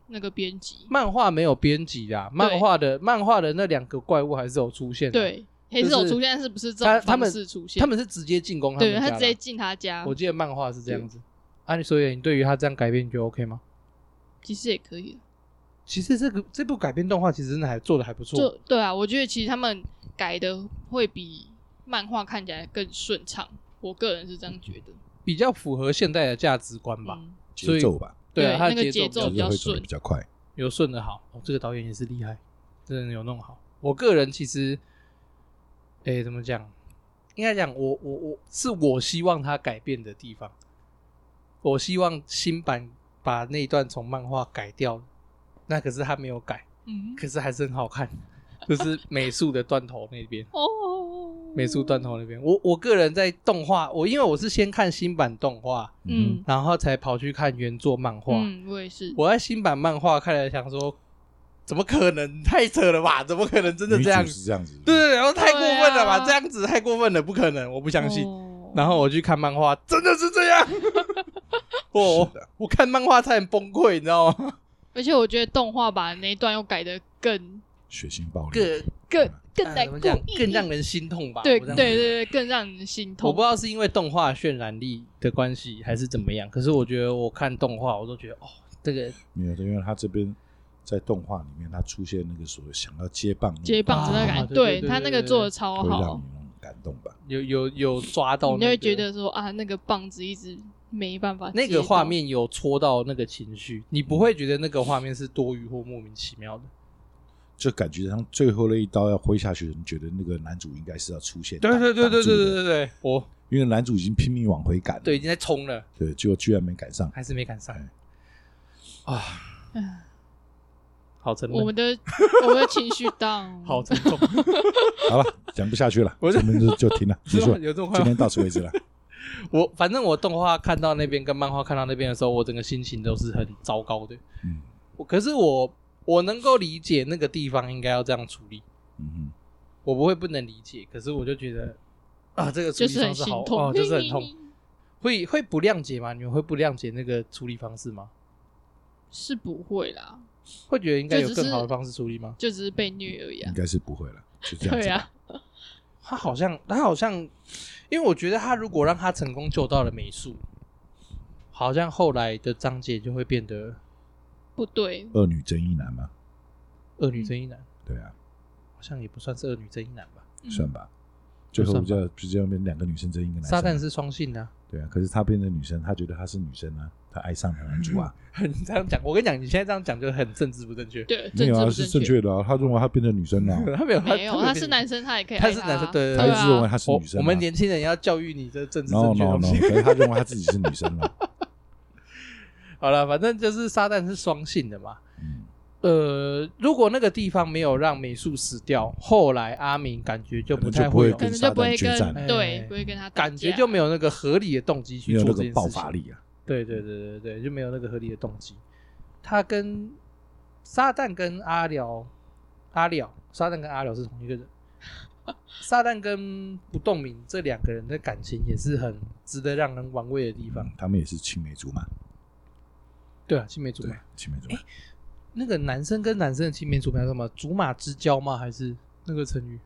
Speaker 3: 那个编辑，
Speaker 1: 漫画没有编辑的，漫画的漫画的那两个怪物还是有出现的，
Speaker 3: 对，黑手出现是不是这
Speaker 1: 啊他
Speaker 3: 种
Speaker 1: 他们
Speaker 3: 方式出现？
Speaker 1: 他们是直接进攻他们
Speaker 3: 对
Speaker 1: 家
Speaker 3: 他
Speaker 1: 啦，
Speaker 3: 直接进他家
Speaker 1: 我，记得漫画是这样子。啊，你所以你对于他这样改编，你觉得 OK 吗？
Speaker 3: 其实也可以，
Speaker 1: 其实这个这部改编动画其实真的还做的还不
Speaker 3: 就
Speaker 1: 错，
Speaker 3: 对啊，我觉得其实他们改的会比漫画看起来更顺畅，我个人是这样觉得。
Speaker 1: 比较符合现代的价值观吧。
Speaker 3: 嗯，
Speaker 1: 所
Speaker 2: 节
Speaker 1: 以
Speaker 2: 奏吧，
Speaker 1: 对
Speaker 3: 对
Speaker 1: 啊，他的
Speaker 3: 那
Speaker 1: 节
Speaker 3: 个节奏
Speaker 1: 奏
Speaker 3: 比
Speaker 2: 节
Speaker 3: 较
Speaker 2: 奏会走得
Speaker 3: 顺
Speaker 2: 比较快。
Speaker 1: 有顺的好。哦，这个导演也是厉害，真的有弄好。我个人其实诶、怎么讲？应该讲我我我是我希望他改变的地方。我希望新版把那一段从漫画改掉，那可是他没有改，
Speaker 3: 嗯，
Speaker 1: 可是还是很好看，就是美术的断头那边。
Speaker 3: 哦，
Speaker 1: 美术断，头那边，我我个人在动画，我因为我是先看新版动画，
Speaker 3: 嗯
Speaker 1: 然后才跑去看原作漫画。
Speaker 3: 嗯，我也是，
Speaker 1: 我在新版漫画看了，想说，怎么可能？太扯了吧？怎么可能真的这样
Speaker 2: 女主？是这样子，
Speaker 1: 对，对，然后太过分了吧？
Speaker 3: 对啊
Speaker 1: 这样子太过分了，不可能，我不相信。
Speaker 3: 哦
Speaker 1: 然后我去看漫画，真的是这 样。哦我
Speaker 2: 是的
Speaker 1: 我看漫画差点崩溃，你知道吗？
Speaker 3: 而且我觉得动画版那一段又改的更
Speaker 2: 血腥暴力，
Speaker 1: 更
Speaker 3: 更更
Speaker 1: 呃怎
Speaker 3: 难过
Speaker 1: 么讲？更
Speaker 3: 一点
Speaker 1: 让人心痛吧？
Speaker 3: 对
Speaker 1: 我这
Speaker 3: 对
Speaker 1: 样
Speaker 3: 对
Speaker 1: 觉得
Speaker 3: 对，更让人心痛。
Speaker 1: 我不知道是因为动画渲染力的关系还是怎么样，可是我觉得我看动画，我都觉得哦，这个
Speaker 2: 没有的，因为他这边在动画里面，他出现那个所谓想要接棒那个
Speaker 3: 接棒子那
Speaker 1: 啊
Speaker 3: 个感
Speaker 1: 对
Speaker 3: 觉，
Speaker 1: 对对
Speaker 3: 他
Speaker 1: 对
Speaker 3: 那个
Speaker 1: 对
Speaker 3: 做的超
Speaker 2: 会让
Speaker 3: 好
Speaker 2: 你，那种感动吧。
Speaker 1: 有有有抓到、那
Speaker 3: 你就会
Speaker 1: 个
Speaker 3: 觉得说啊，那个棒子一直没办法
Speaker 1: 那
Speaker 3: 啊接
Speaker 1: 个
Speaker 3: 到
Speaker 1: 画，面有戳到那个情绪，你不会觉得那个画面是多余或莫名其妙的。
Speaker 2: 就感觉上最后那一刀要挥下去，你觉得那个男主应该是要出现，
Speaker 1: 对对对对
Speaker 2: 挡住
Speaker 1: 对
Speaker 2: 的
Speaker 1: 对对对，我
Speaker 2: 因为男主已经拼命往回赶了，
Speaker 1: 对已经在冲了，
Speaker 2: 对，结果居然没赶上，
Speaker 1: 还是没赶上
Speaker 2: 哎
Speaker 1: 啊，
Speaker 3: 唉
Speaker 1: 好沉
Speaker 3: 我
Speaker 1: 闷，
Speaker 3: 们的我们的情绪 down，
Speaker 1: 好沉重，
Speaker 2: 好了， 讲不下去了，
Speaker 1: 我
Speaker 2: 这边就就停 了，结
Speaker 1: 是
Speaker 2: 束
Speaker 1: 吗？
Speaker 2: 了，
Speaker 1: 有这么快
Speaker 2: 今
Speaker 1: 吗
Speaker 2: 天？到此为止了。
Speaker 1: 我反正我动画看到那边跟漫画看到那边的时候，我整个心情都是很糟糕的。
Speaker 2: 嗯
Speaker 1: 我可是我我能够理解那个地方应该要这样处理，
Speaker 2: 嗯
Speaker 1: 我不会不能理解，可是我就觉得啊，这个处
Speaker 3: 就
Speaker 1: 理
Speaker 3: 是
Speaker 1: 方
Speaker 3: 很
Speaker 1: 式
Speaker 3: 心
Speaker 1: 好
Speaker 3: 痛，
Speaker 1: 哦，就是很痛。会会不谅解吗？你们会不谅解那个处理方式吗？
Speaker 3: 是不会啦，
Speaker 1: 会觉得应该有
Speaker 3: 就只是
Speaker 1: 更好的方式处理吗？
Speaker 3: 就只是被虐而已
Speaker 2: 哼，应
Speaker 3: 啊。
Speaker 2: 该是不会了，就嗯这样
Speaker 3: 对
Speaker 2: 子吧。
Speaker 3: 啊，
Speaker 1: 他好像他好像，因为我觉得他如果让他成功救到了美术，好像后来的章节就会变得
Speaker 3: 不对，
Speaker 2: 恶女真一男嘛，
Speaker 1: 恶女真一男，
Speaker 2: 对啊，
Speaker 1: 好像也不算是恶女真一男吧？
Speaker 3: 嗯
Speaker 2: 算吧。最后就不就变两个女生争一个男生
Speaker 1: 撒
Speaker 2: 啊，
Speaker 1: 旦是双性的、啊。
Speaker 2: 对啊，可是她变成女生，她觉得她是女生啊，她爱上了男主啊，
Speaker 1: 你这样讲，我跟你讲，你现在这样讲就很政治不正确。
Speaker 3: 对，
Speaker 2: 没
Speaker 3: 嗯政
Speaker 2: 有啊，
Speaker 3: 治
Speaker 2: 是
Speaker 3: 不正
Speaker 2: 正
Speaker 3: 确，
Speaker 2: 确的啊，她认为她变成女生了啊，
Speaker 1: 他没有，
Speaker 3: 没有，
Speaker 1: 没
Speaker 3: 他是男生，他也可以，
Speaker 1: 他是男生，，对
Speaker 2: 她
Speaker 1: 对
Speaker 2: 一
Speaker 1: 对。
Speaker 2: 直认为她是
Speaker 1: 我
Speaker 2: 女生啊。
Speaker 1: 我们年轻人要教育你这政治
Speaker 2: no
Speaker 1: 正确的
Speaker 2: no
Speaker 1: 东
Speaker 2: no，
Speaker 1: 西。
Speaker 2: 可是她认为她自己是女生了。
Speaker 1: 好了，反正就是撒旦是双性的嘛。
Speaker 2: 嗯，
Speaker 1: 呃，如果那个地方没有让美术死掉，后来阿明感觉就不
Speaker 2: 可能
Speaker 1: 太
Speaker 2: 就不会
Speaker 1: 有，
Speaker 3: 可
Speaker 2: 跟
Speaker 3: 能
Speaker 2: 撒
Speaker 3: 就
Speaker 2: 旦
Speaker 3: 不会
Speaker 2: 决战
Speaker 3: 跟对
Speaker 1: 哎，
Speaker 3: 不会跟他打
Speaker 1: 感觉
Speaker 3: 架
Speaker 1: 就没有那个合理的动机去
Speaker 2: 没有
Speaker 1: 做
Speaker 2: 那
Speaker 1: 这件
Speaker 2: 个
Speaker 1: 事情。
Speaker 2: 爆发力啊，
Speaker 1: 对对对对对，就没有那个合理的动机。他跟撒旦跟阿廖，阿廖，撒旦跟阿廖是同一个人。撒旦跟不动明这两个人的感情也是很值得让人玩味的地方
Speaker 2: 嗯。他们也是青梅竹马，
Speaker 1: 对啊，青梅竹
Speaker 2: 对
Speaker 1: 马，，
Speaker 2: 青梅竹马，
Speaker 1: 那个男生跟男生的青梅竹马是什么？竹马之交吗？还是那个成语？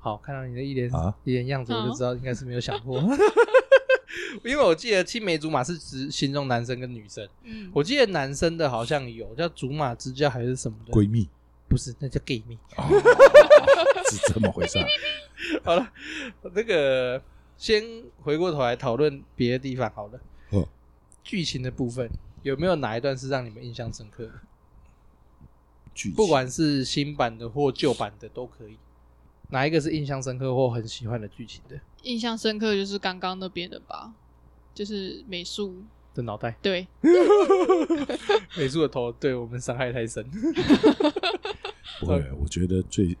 Speaker 1: 好，看到你的一脸、
Speaker 2: 啊
Speaker 1: 一脸样子，我就
Speaker 3: 嗯
Speaker 1: 知道应该是没有想过， 因为我记得青梅竹马是指形容男生跟女生。
Speaker 3: 嗯，
Speaker 1: 我记得男生的好像有叫竹马之交还是什么的，
Speaker 2: 闺蜜，
Speaker 1: 不是那叫 gay 蜜。
Speaker 2: 哦是这么回事啊。
Speaker 1: 好了，那个先回过头来讨论别的地方好了。
Speaker 2: 哦
Speaker 1: 剧情的部分有没有哪一段是让你们印象深刻的？
Speaker 2: 剧情
Speaker 1: 不管是新版的或旧版的都可以，哪一个是印象深刻或很喜欢的剧情的
Speaker 3: 印象深刻就是刚刚那边的吧，就是美术，
Speaker 1: 的脑袋？
Speaker 3: 对，
Speaker 1: 美术的头对我们伤害太深。
Speaker 2: 不会，啊我觉得最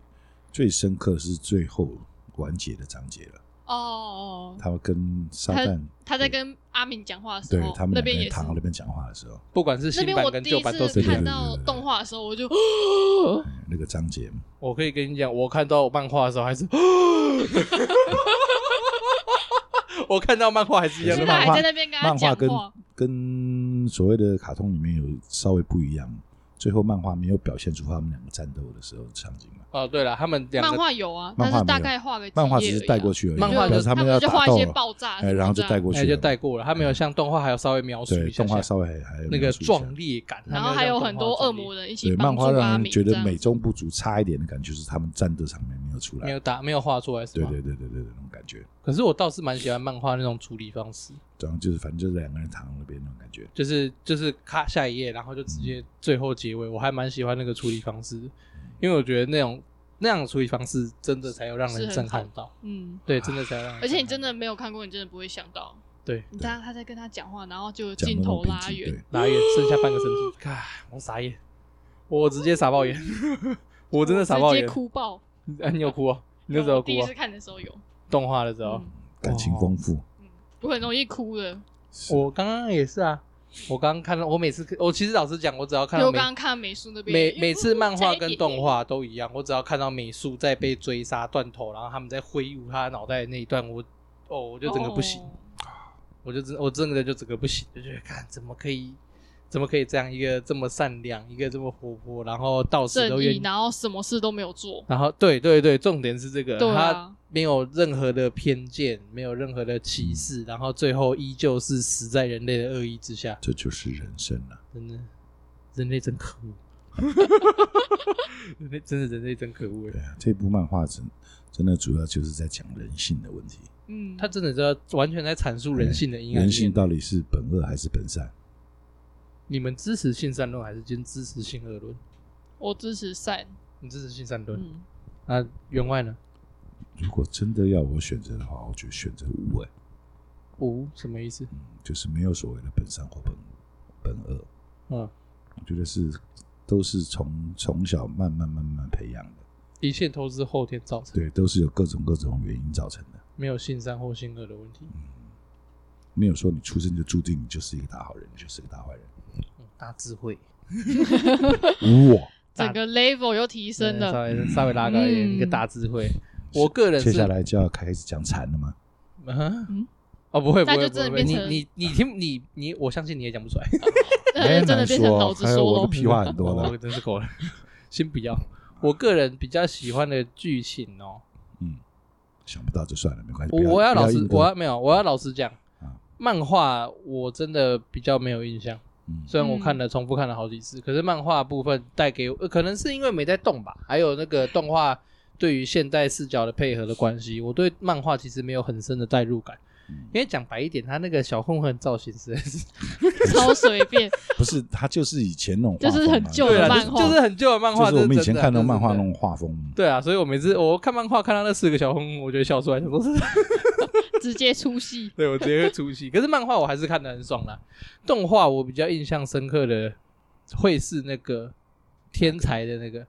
Speaker 2: 最深刻是最后完结的章节了。
Speaker 3: 哦，
Speaker 2: 他跟撒旦，
Speaker 3: 他在跟阿敏讲话的时
Speaker 2: 对
Speaker 3: 候，
Speaker 2: 他们
Speaker 3: 哦
Speaker 2: 两个
Speaker 3: 那边也
Speaker 2: 人
Speaker 3: 是
Speaker 2: 躺，到那边讲话的时候，
Speaker 1: 不管是
Speaker 3: 那
Speaker 1: 新
Speaker 3: 边
Speaker 1: 版
Speaker 3: 我
Speaker 1: 跟
Speaker 3: 第
Speaker 1: 旧
Speaker 3: 一
Speaker 1: 版都
Speaker 3: 次
Speaker 1: 是一
Speaker 2: 对
Speaker 1: 样
Speaker 3: 看
Speaker 2: 对。
Speaker 3: 到
Speaker 2: 对对
Speaker 3: 动画的时候，我就
Speaker 2: 嗯那个章节
Speaker 1: 我可以跟你讲，我看到漫画的时候还 是，我看到漫画还是一样的
Speaker 3: 是他
Speaker 1: 漫
Speaker 3: 还
Speaker 1: 画
Speaker 3: 在。那边跟他
Speaker 2: 漫画
Speaker 3: 讲
Speaker 2: 跟
Speaker 3: 话，
Speaker 2: 跟所谓的卡通里面有稍微不一样。最后漫画没有表现出他们两个战斗的时候的场景嘛，
Speaker 1: 哦，对了，他们两
Speaker 3: 漫
Speaker 1: 个
Speaker 3: 画有啊，
Speaker 2: 漫
Speaker 3: 但
Speaker 2: 画
Speaker 3: 是
Speaker 2: 没有
Speaker 3: 大概画个几页
Speaker 2: 漫画只是带过
Speaker 3: 去，
Speaker 2: 去而已，
Speaker 1: 漫画
Speaker 2: 但
Speaker 1: 就是
Speaker 2: 他们
Speaker 3: 他
Speaker 2: 要
Speaker 3: 们就
Speaker 2: 打
Speaker 3: 画一
Speaker 2: 斗
Speaker 3: 些
Speaker 2: 了
Speaker 3: 爆炸什
Speaker 2: 哎，
Speaker 3: 么
Speaker 2: 然后就
Speaker 3: 的
Speaker 2: 带过去
Speaker 1: 哎
Speaker 2: 了，嗯
Speaker 1: 就带过了，他没有像动画还要稍微描述
Speaker 2: 对
Speaker 1: 一下
Speaker 2: 动画
Speaker 1: 下
Speaker 2: 稍微还还
Speaker 1: 那个
Speaker 2: 描述一下
Speaker 1: 壮烈感，
Speaker 3: 然后
Speaker 1: 他
Speaker 3: 还
Speaker 1: 没
Speaker 3: 有
Speaker 1: 像
Speaker 3: 很
Speaker 1: 动
Speaker 3: 多
Speaker 1: 画壮
Speaker 3: 恶
Speaker 1: 烈
Speaker 3: 魔人一起
Speaker 2: 对，
Speaker 3: 帮
Speaker 2: 漫
Speaker 3: 助
Speaker 2: 画
Speaker 3: 阿
Speaker 2: 让人
Speaker 3: 敏
Speaker 2: 觉
Speaker 3: 这
Speaker 2: 得
Speaker 3: 样
Speaker 2: 美中不足，差一点的感觉就是他们战斗场面没有出来
Speaker 1: 没，有打没有画出来是
Speaker 2: 对
Speaker 1: 吧？
Speaker 2: 对对对对，那种感觉，
Speaker 1: 可是我倒是蛮喜欢漫画那种处理方式，
Speaker 2: 然后就是反正就是两个人躺在那边那种感觉，
Speaker 1: 就是就是咔下一页，然后就直接最后结尾，我还蛮喜欢那个处理方式的，因为我觉得那种。那样的处理方式真的才有让人震撼到，
Speaker 3: 嗯，
Speaker 1: 对，真的才有让人震撼到。
Speaker 3: 而且你真的没有看过，你真的不会想到。
Speaker 1: 对
Speaker 3: 你当他在跟他讲话，然后就
Speaker 2: 讲
Speaker 3: 镜
Speaker 2: 那么
Speaker 3: 头
Speaker 2: 平
Speaker 3: 拉
Speaker 2: 静
Speaker 3: 远，
Speaker 2: 对
Speaker 1: 拿眼剩下半个身体，咔，我傻眼，我直接傻爆 眼，我真的傻爆
Speaker 3: 直
Speaker 1: 眼
Speaker 3: 接。哭爆。
Speaker 1: 啊，你有哭哦？你那时候
Speaker 3: 我
Speaker 1: 哭
Speaker 3: 第一
Speaker 1: 哦
Speaker 3: 次？看的时候有，
Speaker 1: 动画的时候
Speaker 3: 嗯，
Speaker 2: 感情丰富，
Speaker 3: 嗯，我很容易哭的，
Speaker 2: 是
Speaker 1: 我刚刚也是啊，我刚刚看到，我每次我其实老实讲，我只要
Speaker 3: 因
Speaker 1: 看
Speaker 3: 为
Speaker 1: 到
Speaker 3: 我
Speaker 1: 美
Speaker 3: 刚刚看美术那边
Speaker 1: 每
Speaker 3: 也
Speaker 1: 每次漫画跟动，
Speaker 3: 嗯
Speaker 1: 画都一样，我只要看到美术在被追杀断头，然后他们在挥舞他的脑袋的那一段，我哦，我就整个不行，
Speaker 3: 哦
Speaker 1: 我就真我真的就整个不行，就觉得看怎么可以，怎么可以这样一个这么善良，一个这么活泼，然后到死都
Speaker 3: 正
Speaker 1: 愿
Speaker 3: 义
Speaker 1: 意，，
Speaker 3: 然后什么事都没有做，
Speaker 1: 然后对对对，重点是这个，
Speaker 3: 对
Speaker 1: 他
Speaker 3: 啊，
Speaker 1: 没有任何的偏见，没有任何的歧视，然后最后依旧是死在人类的恶意之下，
Speaker 2: 这就是人生啊了、
Speaker 1: 真的，人类真可恶。 人类真的人类真可恶哎
Speaker 2: 对！啊，这部漫画真真的主要就是在讲人性的问题，
Speaker 3: 嗯，
Speaker 1: 他真的在完全在阐述人性的阴暗面。
Speaker 2: 人性到底是本恶还是本善？
Speaker 1: 你们支持性善论还是坚支持性恶论？
Speaker 3: 我支持善，
Speaker 1: 你支持性善论？
Speaker 3: 嗯，
Speaker 1: 那、员外呢？
Speaker 2: 如果真的要我选择的话，我就选择无为，
Speaker 1: 无什么意思？
Speaker 2: 嗯，就是没有所谓的本善或本本恶，
Speaker 1: 嗯，
Speaker 2: 我觉得是都是从从小慢慢慢慢培养的，
Speaker 1: 一切都是后天造成，
Speaker 2: 对，都是有各种各种原因造成的，
Speaker 1: 没有性善或性恶的问题。
Speaker 2: 嗯没有说你出生就注定你就是一个大好人，你就是一个大坏人，
Speaker 1: 嗯大智慧，
Speaker 2: 无我。
Speaker 1: 大
Speaker 3: 整个 level 又提升
Speaker 1: 稍
Speaker 3: 了，
Speaker 1: 微稍微拉高一点，
Speaker 3: 嗯
Speaker 1: 一个大智慧。我个人是
Speaker 2: 接下来就要开始讲禅了吗？
Speaker 1: 啊
Speaker 3: 嗯，
Speaker 1: 哦，不会不
Speaker 3: 那
Speaker 1: 会
Speaker 3: 就
Speaker 1: 不会
Speaker 3: 真的
Speaker 1: 不会，
Speaker 3: 变
Speaker 1: 你
Speaker 3: 成
Speaker 1: 你你听你你，我相信你也讲不出来。
Speaker 3: 那就真的
Speaker 2: 难
Speaker 3: 变成
Speaker 2: 说
Speaker 3: 老子
Speaker 2: 还有
Speaker 3: 说
Speaker 2: 我的
Speaker 3: 喽，
Speaker 2: 屁话很多
Speaker 1: 我
Speaker 2: 的，
Speaker 1: 真是够了，先不要。我个人比较喜欢的剧情哦，
Speaker 2: 嗯，想不到就算了，没关系。
Speaker 1: 我
Speaker 2: 不
Speaker 1: 我要
Speaker 2: 不
Speaker 1: 老
Speaker 2: 硬
Speaker 1: 实，
Speaker 2: 跟
Speaker 1: 我要没有，我要老实讲
Speaker 2: 啊，
Speaker 1: 漫画我真的比较没有印象。
Speaker 2: 嗯
Speaker 1: 虽然我
Speaker 3: 嗯
Speaker 1: 看了重复看了好几次，可是漫画部分带给我、呃可能是因为没在动吧，还有那个动画对于现代视角的配合的关系，我对漫画其实没有很深的代入感。
Speaker 2: 嗯
Speaker 1: 因为讲白一点，他那个小混混造型实在是，
Speaker 3: 超随便，
Speaker 2: 不是，他就是以前那种画
Speaker 3: 就
Speaker 2: 风啊，
Speaker 3: 是很旧
Speaker 1: 对
Speaker 3: 的
Speaker 1: 啊，
Speaker 2: 啦
Speaker 1: 就是
Speaker 3: 漫画
Speaker 1: 就是很旧的漫画，
Speaker 2: 就是我们以
Speaker 1: 这真
Speaker 2: 前
Speaker 1: 的
Speaker 2: 看那种
Speaker 1: 这是
Speaker 2: 漫画那
Speaker 1: 真的
Speaker 2: 种画风，
Speaker 1: 对啊，所以我每次我看漫画看到那四个小混混，我就会笑出来，想说是， ，
Speaker 3: 直接出戏
Speaker 1: 对我直接会出戏。可是漫画我还是看得很爽啦。动画我比较印象深刻的会是那个天才的那个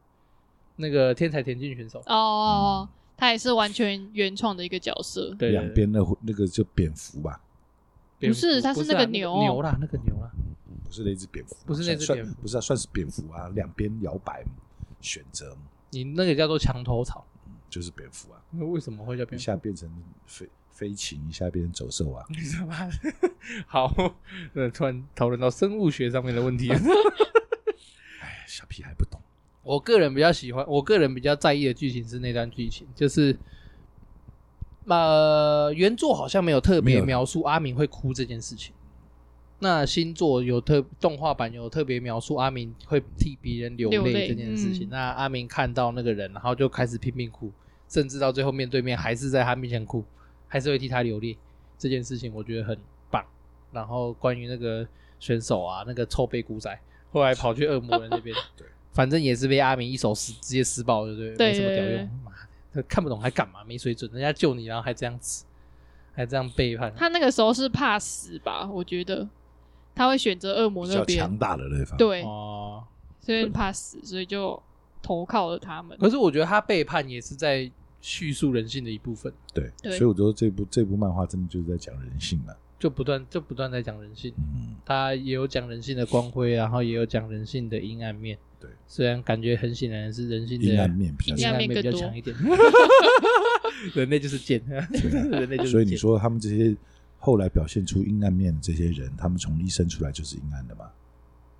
Speaker 1: 那个天才田径选手，
Speaker 3: 哦，他也是完全原创的一个角色，
Speaker 1: 对，对对
Speaker 2: 两边那那个就蝙蝠吧，
Speaker 1: 蝙
Speaker 3: 不是
Speaker 1: 蝠
Speaker 3: 他是
Speaker 1: 不是
Speaker 3: 那
Speaker 1: 啊
Speaker 3: 个
Speaker 1: 牛
Speaker 3: 牛
Speaker 1: 牛啦，那个牛啦，
Speaker 2: 不是那只蝙蝠，
Speaker 1: 不是那只
Speaker 2: 算
Speaker 1: 蝙蝠
Speaker 2: 不是啊，算是蝙蝠啊，两边摇摆选择
Speaker 1: 你那个叫做墙头草，
Speaker 2: 就是蝙蝠啊，
Speaker 1: 那为什么会叫
Speaker 2: 一
Speaker 1: 蝙蝠？
Speaker 2: 下变成飞飞禽，一下变成走兽啊，
Speaker 1: 你知道吗？ 好，那突然讨论到生物学上面的问题了。
Speaker 2: 哎，小屁孩不懂，
Speaker 1: 我个人比较喜欢，我个人比较在意的剧情是那段剧情，就是，呃，原作好像没有特
Speaker 2: 没
Speaker 1: 别
Speaker 2: 有
Speaker 1: 描述阿明会哭这件事情。那新作有特动画版有特别描述阿明会替别人流
Speaker 3: 流
Speaker 1: 泪
Speaker 3: 泪
Speaker 1: 这件事情。
Speaker 3: 嗯
Speaker 1: 那阿明看到那个人，然后就开始拼命哭，甚至到最后面对面还是在他面前哭，还是会替他流泪这件事情，我觉得很棒。然后关于那个选手啊，那个臭背古仔，后来跑去恶魔人那边，
Speaker 2: 对，
Speaker 1: 反正也是被阿明一手撕直接撕爆，对不对？
Speaker 3: 对
Speaker 1: 没什么屌
Speaker 3: 对
Speaker 1: 用
Speaker 3: 对，
Speaker 1: 妈的，这看不懂还干嘛？没水准，人家救你，然后还这样子，还这样背叛。
Speaker 3: 他那个时候是怕死吧？我觉得他会选择恶魔
Speaker 2: 比
Speaker 3: 那
Speaker 2: 较
Speaker 3: 边，
Speaker 2: 强大的那一方，，
Speaker 3: 对，
Speaker 1: 哦，
Speaker 3: 所以怕死，所以就投靠了他们。
Speaker 1: 可是我觉得他背叛也是在叙述人性的一部分，
Speaker 2: 对，
Speaker 3: 对
Speaker 2: 所以我说这部这部漫画真的就是在讲人性了，
Speaker 1: 就不断就不断在讲人性。
Speaker 2: 嗯，
Speaker 1: 他也有讲人性的光辉，然后也有讲人性的阴暗面。
Speaker 2: 对
Speaker 1: 虽然感觉很显然是人性的
Speaker 2: 阴暗面比较
Speaker 1: 阴
Speaker 2: 强，
Speaker 1: 暗面比较
Speaker 3: 阴暗面更多
Speaker 1: 强一点。 人类就是 贱，
Speaker 2: 啊
Speaker 1: 人类就是贱。
Speaker 2: 所以你说他们这些后来表现出阴暗面的这些人，他们从一生出来就是阴暗的嘛？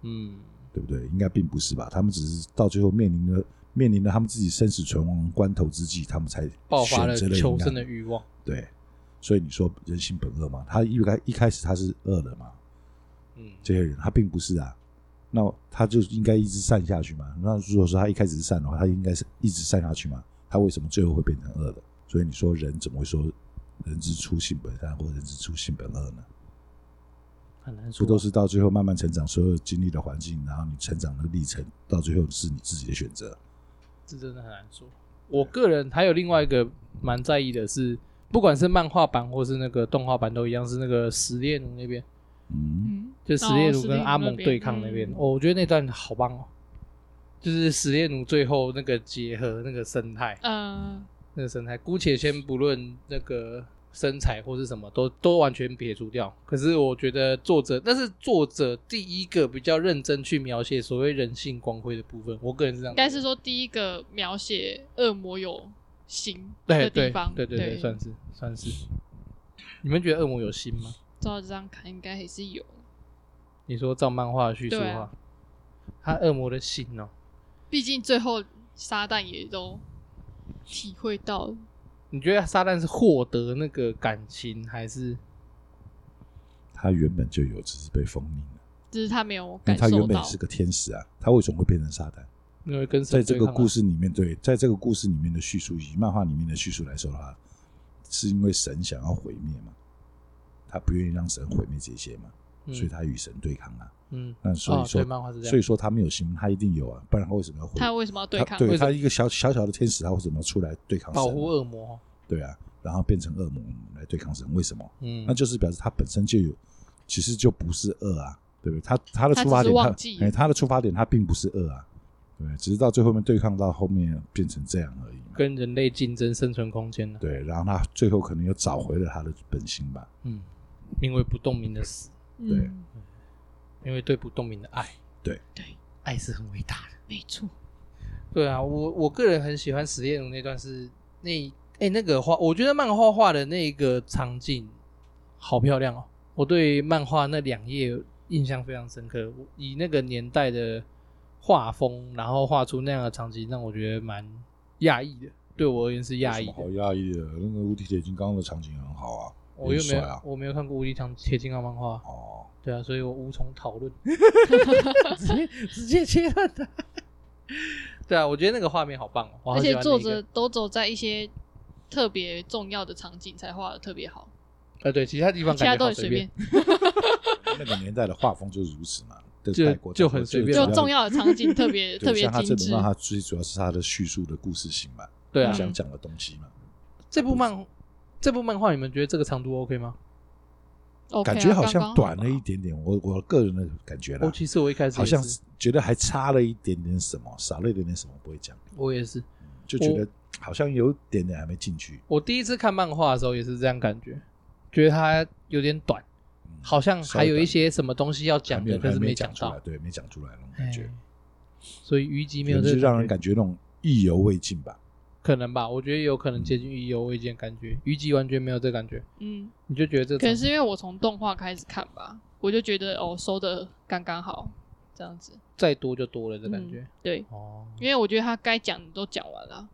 Speaker 1: 嗯，
Speaker 2: 对不对？应该并不是吧？他们只是到最后面临了面临了他们自己生死存亡关头之际，他们才
Speaker 1: 爆发了
Speaker 2: 选择了啊
Speaker 1: 求
Speaker 2: 阴暗
Speaker 1: 生的欲望。
Speaker 2: 对，所以你说人性本恶嘛？他一开一开始他是恶的嘛？
Speaker 1: 嗯，
Speaker 2: 这些人他并不是啊，那他就应该一直善下去嘛？那如果说他一开始是善的话，他应该是一直善下去嘛？他为什么最后会变成恶的？所以你说人怎么会说人之初性本善或人之初性本恶呢？
Speaker 1: 很难
Speaker 2: 这
Speaker 1: 说。
Speaker 2: 都是到最后慢慢成长，所有经历的环境，然后你成长的历程，到最后是你自己的选择。
Speaker 1: 这真的很难说。我个人还有另外一个蛮在意的是，不管是漫画版或是那个动画版都一样，是那个史烈奴那边，
Speaker 2: 嗯，
Speaker 3: 嗯，
Speaker 1: 就史烈奴跟阿
Speaker 3: 哦史烈奴那
Speaker 1: 蒙
Speaker 3: 边
Speaker 1: 对抗那边，
Speaker 3: 嗯
Speaker 1: 哦，我觉得那段好棒哦，就是史烈奴最后那个结合那个生态，
Speaker 3: 呃，
Speaker 1: 那个生态，姑且先不论那个身材或是什么，都都完全撇除掉。可是我觉得作者，但是作者第一个比较认真去描写所谓人性光辉的部分，我个人是这样
Speaker 3: 应
Speaker 1: 觉得，
Speaker 3: 该是说第一个描写恶魔有心
Speaker 1: 对
Speaker 3: 的
Speaker 1: 对
Speaker 3: 地方，
Speaker 1: 对对对，算是算是。你们觉得恶魔有心吗？
Speaker 3: 照这样看应该还是有，
Speaker 1: 你说照漫画的叙述的
Speaker 3: 对
Speaker 1: 话，
Speaker 3: 啊
Speaker 1: 他恶魔的心哦，
Speaker 3: 毕竟最后撒旦也都体会到了，
Speaker 1: 你觉得撒旦是获得那个感情，还是
Speaker 2: 他原本就有，只是被封印了。
Speaker 3: 只是他没有
Speaker 2: 因
Speaker 3: 感
Speaker 2: 为嗯他
Speaker 3: 受
Speaker 2: 原本
Speaker 3: 到
Speaker 2: 也，是个天使啊，他为什么会变成撒旦？
Speaker 1: 因为跟神
Speaker 2: 在这个
Speaker 1: 对抗啊
Speaker 2: 故事里面，对，在这个故事里面的叙述以及漫画里面的叙述来说的话，是因为神想要毁灭嘛，他不愿意让神毁灭这些嘛，
Speaker 1: 嗯
Speaker 2: 所以他与神对抗啊。
Speaker 1: 嗯，
Speaker 2: 那所以
Speaker 1: 哦
Speaker 2: 说，
Speaker 1: 对漫画是这样
Speaker 2: 所以说他没有心，他一定有啊，不然他为什么要毁？
Speaker 3: 他为什么要对抗？
Speaker 1: 为
Speaker 2: 对
Speaker 1: 什么
Speaker 2: 他一个小小小的天使，他为什么要出来对抗神
Speaker 1: 保
Speaker 2: 啊？
Speaker 1: 护恶魔哦，
Speaker 2: 对啊，然后变成恶魔来对抗神，为什么？
Speaker 1: 嗯，
Speaker 2: 那就是表示他本身就有，其实就不是恶啊，对不对？他他的出发
Speaker 3: 他只
Speaker 2: 点，
Speaker 3: 是
Speaker 2: 他
Speaker 3: 忘记
Speaker 2: 哎、他的出发点他并不是恶啊，对不对，只是到最后面对抗到后面变成这样而已嘛。
Speaker 1: 跟人类竞争生存空间呢、啊
Speaker 2: 对，然后他最后可能又找回了他的本心吧。
Speaker 1: 嗯，因为不动明的死，
Speaker 2: 对
Speaker 3: 嗯，
Speaker 1: 因为对不动明的爱，
Speaker 2: 对
Speaker 3: 对，
Speaker 1: 爱是很伟大的。
Speaker 3: 没错，
Speaker 1: 对啊，我我个人很喜欢史艳荣那段是那哎、那个画，我觉得漫画画的那个场景好漂亮哦。我对漫画那两页印象非常深刻，我以那个年代的画风，然后画出那样的场景，让我觉得蛮讶异的。对我而言是讶异
Speaker 2: 有什么好
Speaker 1: 的，
Speaker 2: 压抑的，那个无敌铁金刚的场景很好啊，
Speaker 1: 我又没
Speaker 2: 很
Speaker 1: 有、
Speaker 2: 帅啊。
Speaker 1: 我没有看过《无敌强铁金刚》漫画，
Speaker 2: 哦，
Speaker 1: 对啊，所以我无从讨 论，直接直接切断它。对啊，我觉得那个画面好棒哦，我好
Speaker 3: 而
Speaker 1: 喜
Speaker 3: 且
Speaker 1: 欢那
Speaker 3: 作
Speaker 1: 一
Speaker 3: 者
Speaker 1: 个
Speaker 3: 都走在一些特别重要的场景才画的特别好，
Speaker 1: 呃，对，其他地方
Speaker 3: 其他
Speaker 1: 感觉
Speaker 3: 都
Speaker 1: 好
Speaker 3: 很
Speaker 1: 随
Speaker 3: 随
Speaker 1: 便
Speaker 3: 便，，
Speaker 2: 那个年代的画风就是如此嘛，对
Speaker 1: 就
Speaker 2: 泰国
Speaker 1: 就很随便
Speaker 3: 就
Speaker 1: 嘛
Speaker 3: 重。要的场景特 别
Speaker 2: 对
Speaker 3: 特别
Speaker 2: 像他这啊
Speaker 3: 精
Speaker 2: 本
Speaker 3: 致
Speaker 2: 漫，画，最主要是他的叙述的故事性嘛，
Speaker 1: 对啊
Speaker 2: 他，想讲的东西嘛，
Speaker 1: 这部漫这部漫画，你们觉得这个长度 OK 吗？
Speaker 3: OK 啊
Speaker 2: 感觉好像
Speaker 3: 刚刚
Speaker 2: 短了一点点。我我个人的感觉啦
Speaker 1: 哦，，其实我一开始
Speaker 2: 啊好
Speaker 1: 也
Speaker 2: 像
Speaker 1: 是
Speaker 2: 觉得还差了一点点什么，少了一点点什么，不会讲，
Speaker 1: 我也是，
Speaker 2: 就觉得好像有一点点还没进去。
Speaker 1: 我第一次看漫画的时候也是这样感觉，觉得它有点短，
Speaker 2: 嗯
Speaker 1: 好像还有一些什么东西要
Speaker 2: 还
Speaker 1: 讲
Speaker 2: 没
Speaker 1: 的，
Speaker 2: 有
Speaker 1: 可是
Speaker 2: 还没
Speaker 1: 讲
Speaker 2: 讲出来
Speaker 1: 到，，
Speaker 2: 对，没讲出来那种
Speaker 1: 哎
Speaker 2: 感觉，
Speaker 1: 所以虞姬没
Speaker 2: 可
Speaker 1: 有
Speaker 2: 能
Speaker 1: 这
Speaker 2: 是
Speaker 1: 个
Speaker 2: 让人感觉那种意犹未尽吧。
Speaker 1: 可能吧，我觉得有可能接近意犹未尽的感觉，虞姬完全没有这感觉，
Speaker 3: 嗯，
Speaker 1: 你就觉得这长
Speaker 3: 可能是因为我从动画开始看吧，我就觉得哦收的刚刚好这样子，
Speaker 1: 再多就多了的
Speaker 3: 嗯
Speaker 1: 感觉。
Speaker 3: 对，
Speaker 1: 哦，
Speaker 3: 因为我觉得他该讲的都讲完了，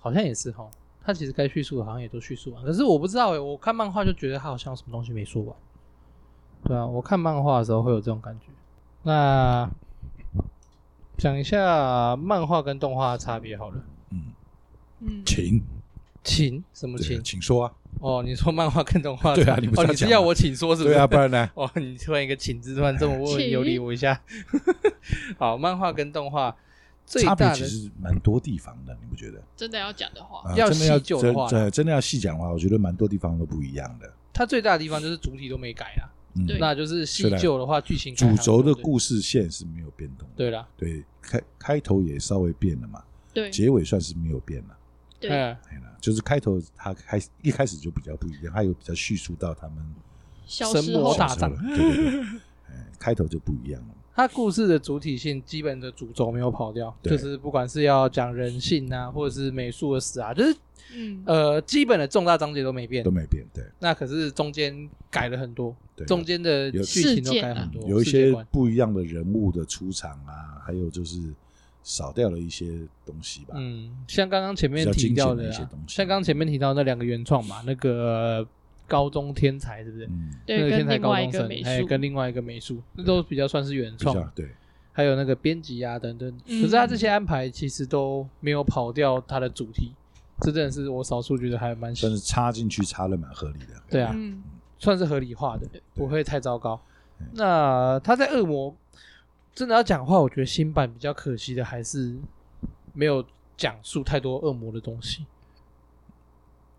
Speaker 1: 好像也是哈，他其实该叙述的好像也都叙述完，可是我不知道哎、我看漫画就觉得他好像有什么东西没说完。对啊，我看漫画的时候会有这种感觉。那讲一下漫画跟动画的差别好了。
Speaker 2: 嗯，
Speaker 3: 嗯，
Speaker 2: 请
Speaker 1: 请什么
Speaker 2: 对
Speaker 1: 请？
Speaker 2: 请说啊，
Speaker 1: 哦，你说漫画跟动画的
Speaker 2: 对啊
Speaker 1: 差别
Speaker 2: 你不是
Speaker 1: 哦，
Speaker 2: 要
Speaker 1: 你是
Speaker 2: 讲
Speaker 1: 要
Speaker 2: 吗
Speaker 1: 我请说是不是？
Speaker 2: 对啊，不然呢？
Speaker 1: 哦，你突然一个请字，突然这么问，
Speaker 3: 请
Speaker 1: 有理我一下。 好，漫画跟动画最
Speaker 2: 差别
Speaker 1: 大
Speaker 2: 其
Speaker 1: 的
Speaker 2: 实蛮多地方的，你不觉得？
Speaker 3: 真的要讲的话，
Speaker 2: 啊
Speaker 1: 要
Speaker 2: 真的要
Speaker 1: 细究的话
Speaker 2: 真真真的要细讲的话，我觉得蛮多地方都不一样的。
Speaker 1: 它最大的地方就是主体都没改啦，
Speaker 2: 嗯，
Speaker 3: 对
Speaker 1: 那就是细
Speaker 2: 虽然
Speaker 1: 究的话，剧情改
Speaker 2: 啊主
Speaker 1: 行
Speaker 2: 轴的
Speaker 1: 对不对
Speaker 2: 故事线是没有变动的。
Speaker 1: 对啦，
Speaker 2: 对，开开头也稍微变了嘛，
Speaker 3: 对
Speaker 2: 结尾算是没有变了。
Speaker 3: 对
Speaker 1: 嗯，
Speaker 2: 哎呀，就是开头他开一开始就比较不一样，他有比较叙述到他们
Speaker 3: 消
Speaker 1: 神
Speaker 3: 失
Speaker 1: 魔
Speaker 3: 后
Speaker 1: 大战
Speaker 2: 对对对， 哎，开头就不一样了。
Speaker 1: 它故事的主体性基本的主轴没有跑掉，
Speaker 2: 对
Speaker 1: 就是不管是要讲人性啊，或者是美术的死啊，就是
Speaker 3: 嗯，
Speaker 1: 呃基本的重大章节都没变
Speaker 2: 都。没变，对
Speaker 1: 那可是中间改了很多，
Speaker 2: 对。
Speaker 1: 中间的
Speaker 2: 有
Speaker 1: 剧情都
Speaker 3: 事件
Speaker 1: 改
Speaker 3: 啊
Speaker 1: 很多，
Speaker 2: 嗯有一
Speaker 1: 嗯世界
Speaker 2: 些
Speaker 1: 观
Speaker 2: 不一样的人物的出场啊，还有就是少掉了一些东西吧。
Speaker 1: 嗯，像刚刚前面
Speaker 2: 比较
Speaker 1: 提
Speaker 2: 精
Speaker 1: 到
Speaker 2: 简的
Speaker 1: 的
Speaker 2: 一些
Speaker 1: 啊
Speaker 2: 东西
Speaker 1: 像刚刚前面提到那两个原创嘛，那个呃高中天才是不是？
Speaker 2: 嗯，
Speaker 1: 那个
Speaker 3: 对，
Speaker 1: 天
Speaker 3: 跟
Speaker 1: 才
Speaker 3: 另
Speaker 1: 高
Speaker 3: 外
Speaker 1: 中
Speaker 3: 一个
Speaker 1: 生
Speaker 3: 美，
Speaker 1: 还有
Speaker 3: 术，
Speaker 1: 跟另外一个美术，那都比较算是原
Speaker 2: 比
Speaker 1: 创
Speaker 2: 较。对，
Speaker 1: 还有那个编辑啊等等。
Speaker 3: 嗯
Speaker 1: 可是他这些安排其实都没有跑掉他的主题，这真的是我少数觉得还蛮喜
Speaker 2: 算是插进去插的蛮合理的。
Speaker 1: 对啊，
Speaker 3: 嗯，
Speaker 1: 算是合理化的，不会太糟糕
Speaker 2: 嗯。
Speaker 1: 那他在恶魔真的要讲话，我觉得新版比较可惜的还是没有讲述太多恶魔的东西，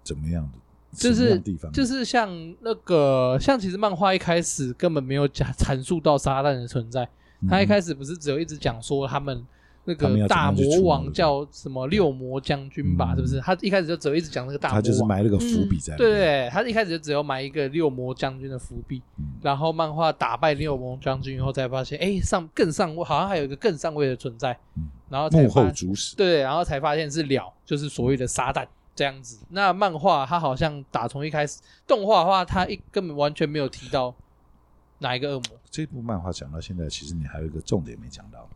Speaker 2: 怎么样的？
Speaker 1: 就
Speaker 2: 什
Speaker 1: 是
Speaker 2: 么样的地方
Speaker 1: 就是像那个像其实漫画一开始根本没有讲阐述到撒旦的存在，他一
Speaker 2: 始
Speaker 1: 开始不是只有一直讲说他们那
Speaker 2: 嗯他们要
Speaker 1: 个
Speaker 2: 怎么
Speaker 1: 大
Speaker 2: 样去
Speaker 1: 魔
Speaker 2: 除
Speaker 1: 王
Speaker 2: 那个
Speaker 1: 叫什么六魔将军吧，
Speaker 2: 嗯
Speaker 1: 是不是？他一开始就只有一直讲那个大魔
Speaker 2: 他
Speaker 1: 王，
Speaker 2: 就是埋了个伏笔
Speaker 3: 嗯
Speaker 2: 在里
Speaker 1: 对
Speaker 2: 面，
Speaker 1: 对，他一开始就只有埋一个六魔将军的伏笔，
Speaker 2: 嗯
Speaker 1: 然后漫画打败六魔将军以后，才发现哎上更上位，好像还有一个更上位的存在，
Speaker 2: 嗯
Speaker 1: 然后才
Speaker 2: 幕
Speaker 1: 发
Speaker 2: 后主使，
Speaker 1: 对，然后才发现是了，就是所谓的撒旦这样子。那漫画它好像打从一开始，动画的话它一根本完全没有提到哪一个恶魔，
Speaker 2: 这部漫画讲到现在，其实你还有一个重点没讲到，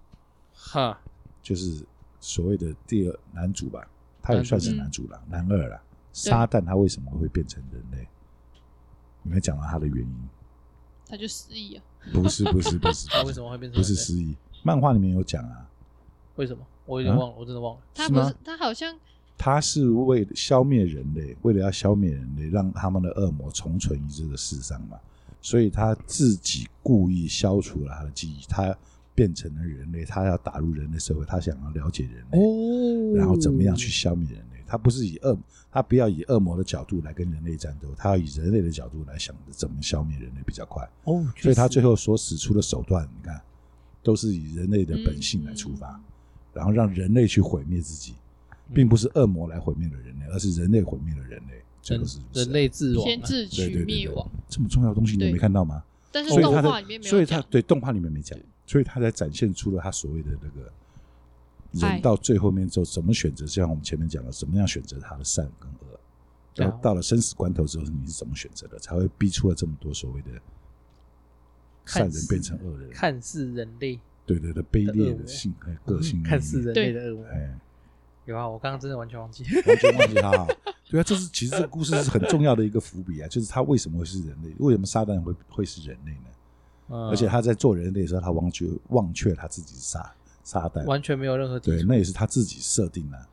Speaker 1: 哈，
Speaker 2: 就是所谓的第二男主吧，他也算是男主
Speaker 1: 嗯
Speaker 2: 了，男二了。撒旦他为什么会变成人类？你们讲到他的原因？
Speaker 3: 他就失忆了。
Speaker 2: 不是，不是，不是，
Speaker 1: 他为什么会变成
Speaker 2: 不是
Speaker 1: 人类
Speaker 2: 失忆？漫画里面有讲啊，
Speaker 1: 为什么？我有点
Speaker 2: 啊
Speaker 1: 忘了，我真的忘了。
Speaker 3: 他
Speaker 2: 是
Speaker 3: 不
Speaker 2: 吗
Speaker 3: 是他好像
Speaker 2: 他是为了消灭人类，为了要消灭人类，让他们的恶魔重存于这个世上嘛，所以他自己故意消除了他的记忆，他变成了人类，他要打入人类社会，他想要了解人类，
Speaker 1: 哦
Speaker 2: 哎然后怎
Speaker 3: 嗯
Speaker 2: 么样去？消灭人类。他不是以恶，他不要以恶魔的角度来跟人类战斗，他要以人类的角度来想着怎么消灭人类比较快。
Speaker 1: 哦，
Speaker 2: 所以他最
Speaker 1: 后
Speaker 2: 后所使出的手段，你看，都是以人类的本性来出
Speaker 3: 嗯
Speaker 2: 发，然后让人类去毁灭自己，并不是恶魔来毁灭了人类，而是人类毁灭了人类。这
Speaker 1: 人
Speaker 2: 个是如此啊
Speaker 1: 人类自亡啊，
Speaker 3: 先自
Speaker 2: 对
Speaker 3: 取
Speaker 2: 对对
Speaker 3: 灭
Speaker 2: 对
Speaker 3: 亡，，
Speaker 2: 这么重要的东西你
Speaker 3: 对
Speaker 2: 没看到吗？
Speaker 3: 但是
Speaker 2: 所以
Speaker 3: 动
Speaker 2: 他
Speaker 3: 画里面
Speaker 2: 的，
Speaker 3: 没
Speaker 2: 所
Speaker 3: 有
Speaker 2: 以他
Speaker 3: 讲。
Speaker 2: 对动画里面没讲，所以他才展现出了他所谓的那个
Speaker 3: 爱
Speaker 2: 人到最后面之后怎么选择，就像我们前面讲的，怎么样选择他的善跟恶。
Speaker 1: 对啊
Speaker 2: 然后到了生死关头之后，你是怎么选择的，才会逼出了这么多所谓的善
Speaker 1: 看
Speaker 2: 人
Speaker 1: 似
Speaker 2: 变成恶人？
Speaker 1: 看似人类，
Speaker 2: 对对对，卑劣
Speaker 1: 恶魔
Speaker 2: 的性和个性的
Speaker 1: 看似
Speaker 2: 一面
Speaker 1: 人类的恶魔。
Speaker 2: 哎，
Speaker 1: 有啊，我刚刚真的完全忘 记。
Speaker 2: 完全忘记他啊。对啊，这是其实这个故事是很重要的一个伏笔啊，就是他为什么会是人类，为什么撒旦会会是人类呢？而
Speaker 1: 而
Speaker 2: 且他在做人类的时候，他忘却忘却他自己是撒撒旦，
Speaker 1: 完全没有任何提
Speaker 2: 对，
Speaker 1: 出。
Speaker 2: 那也是他自己设定的、啊。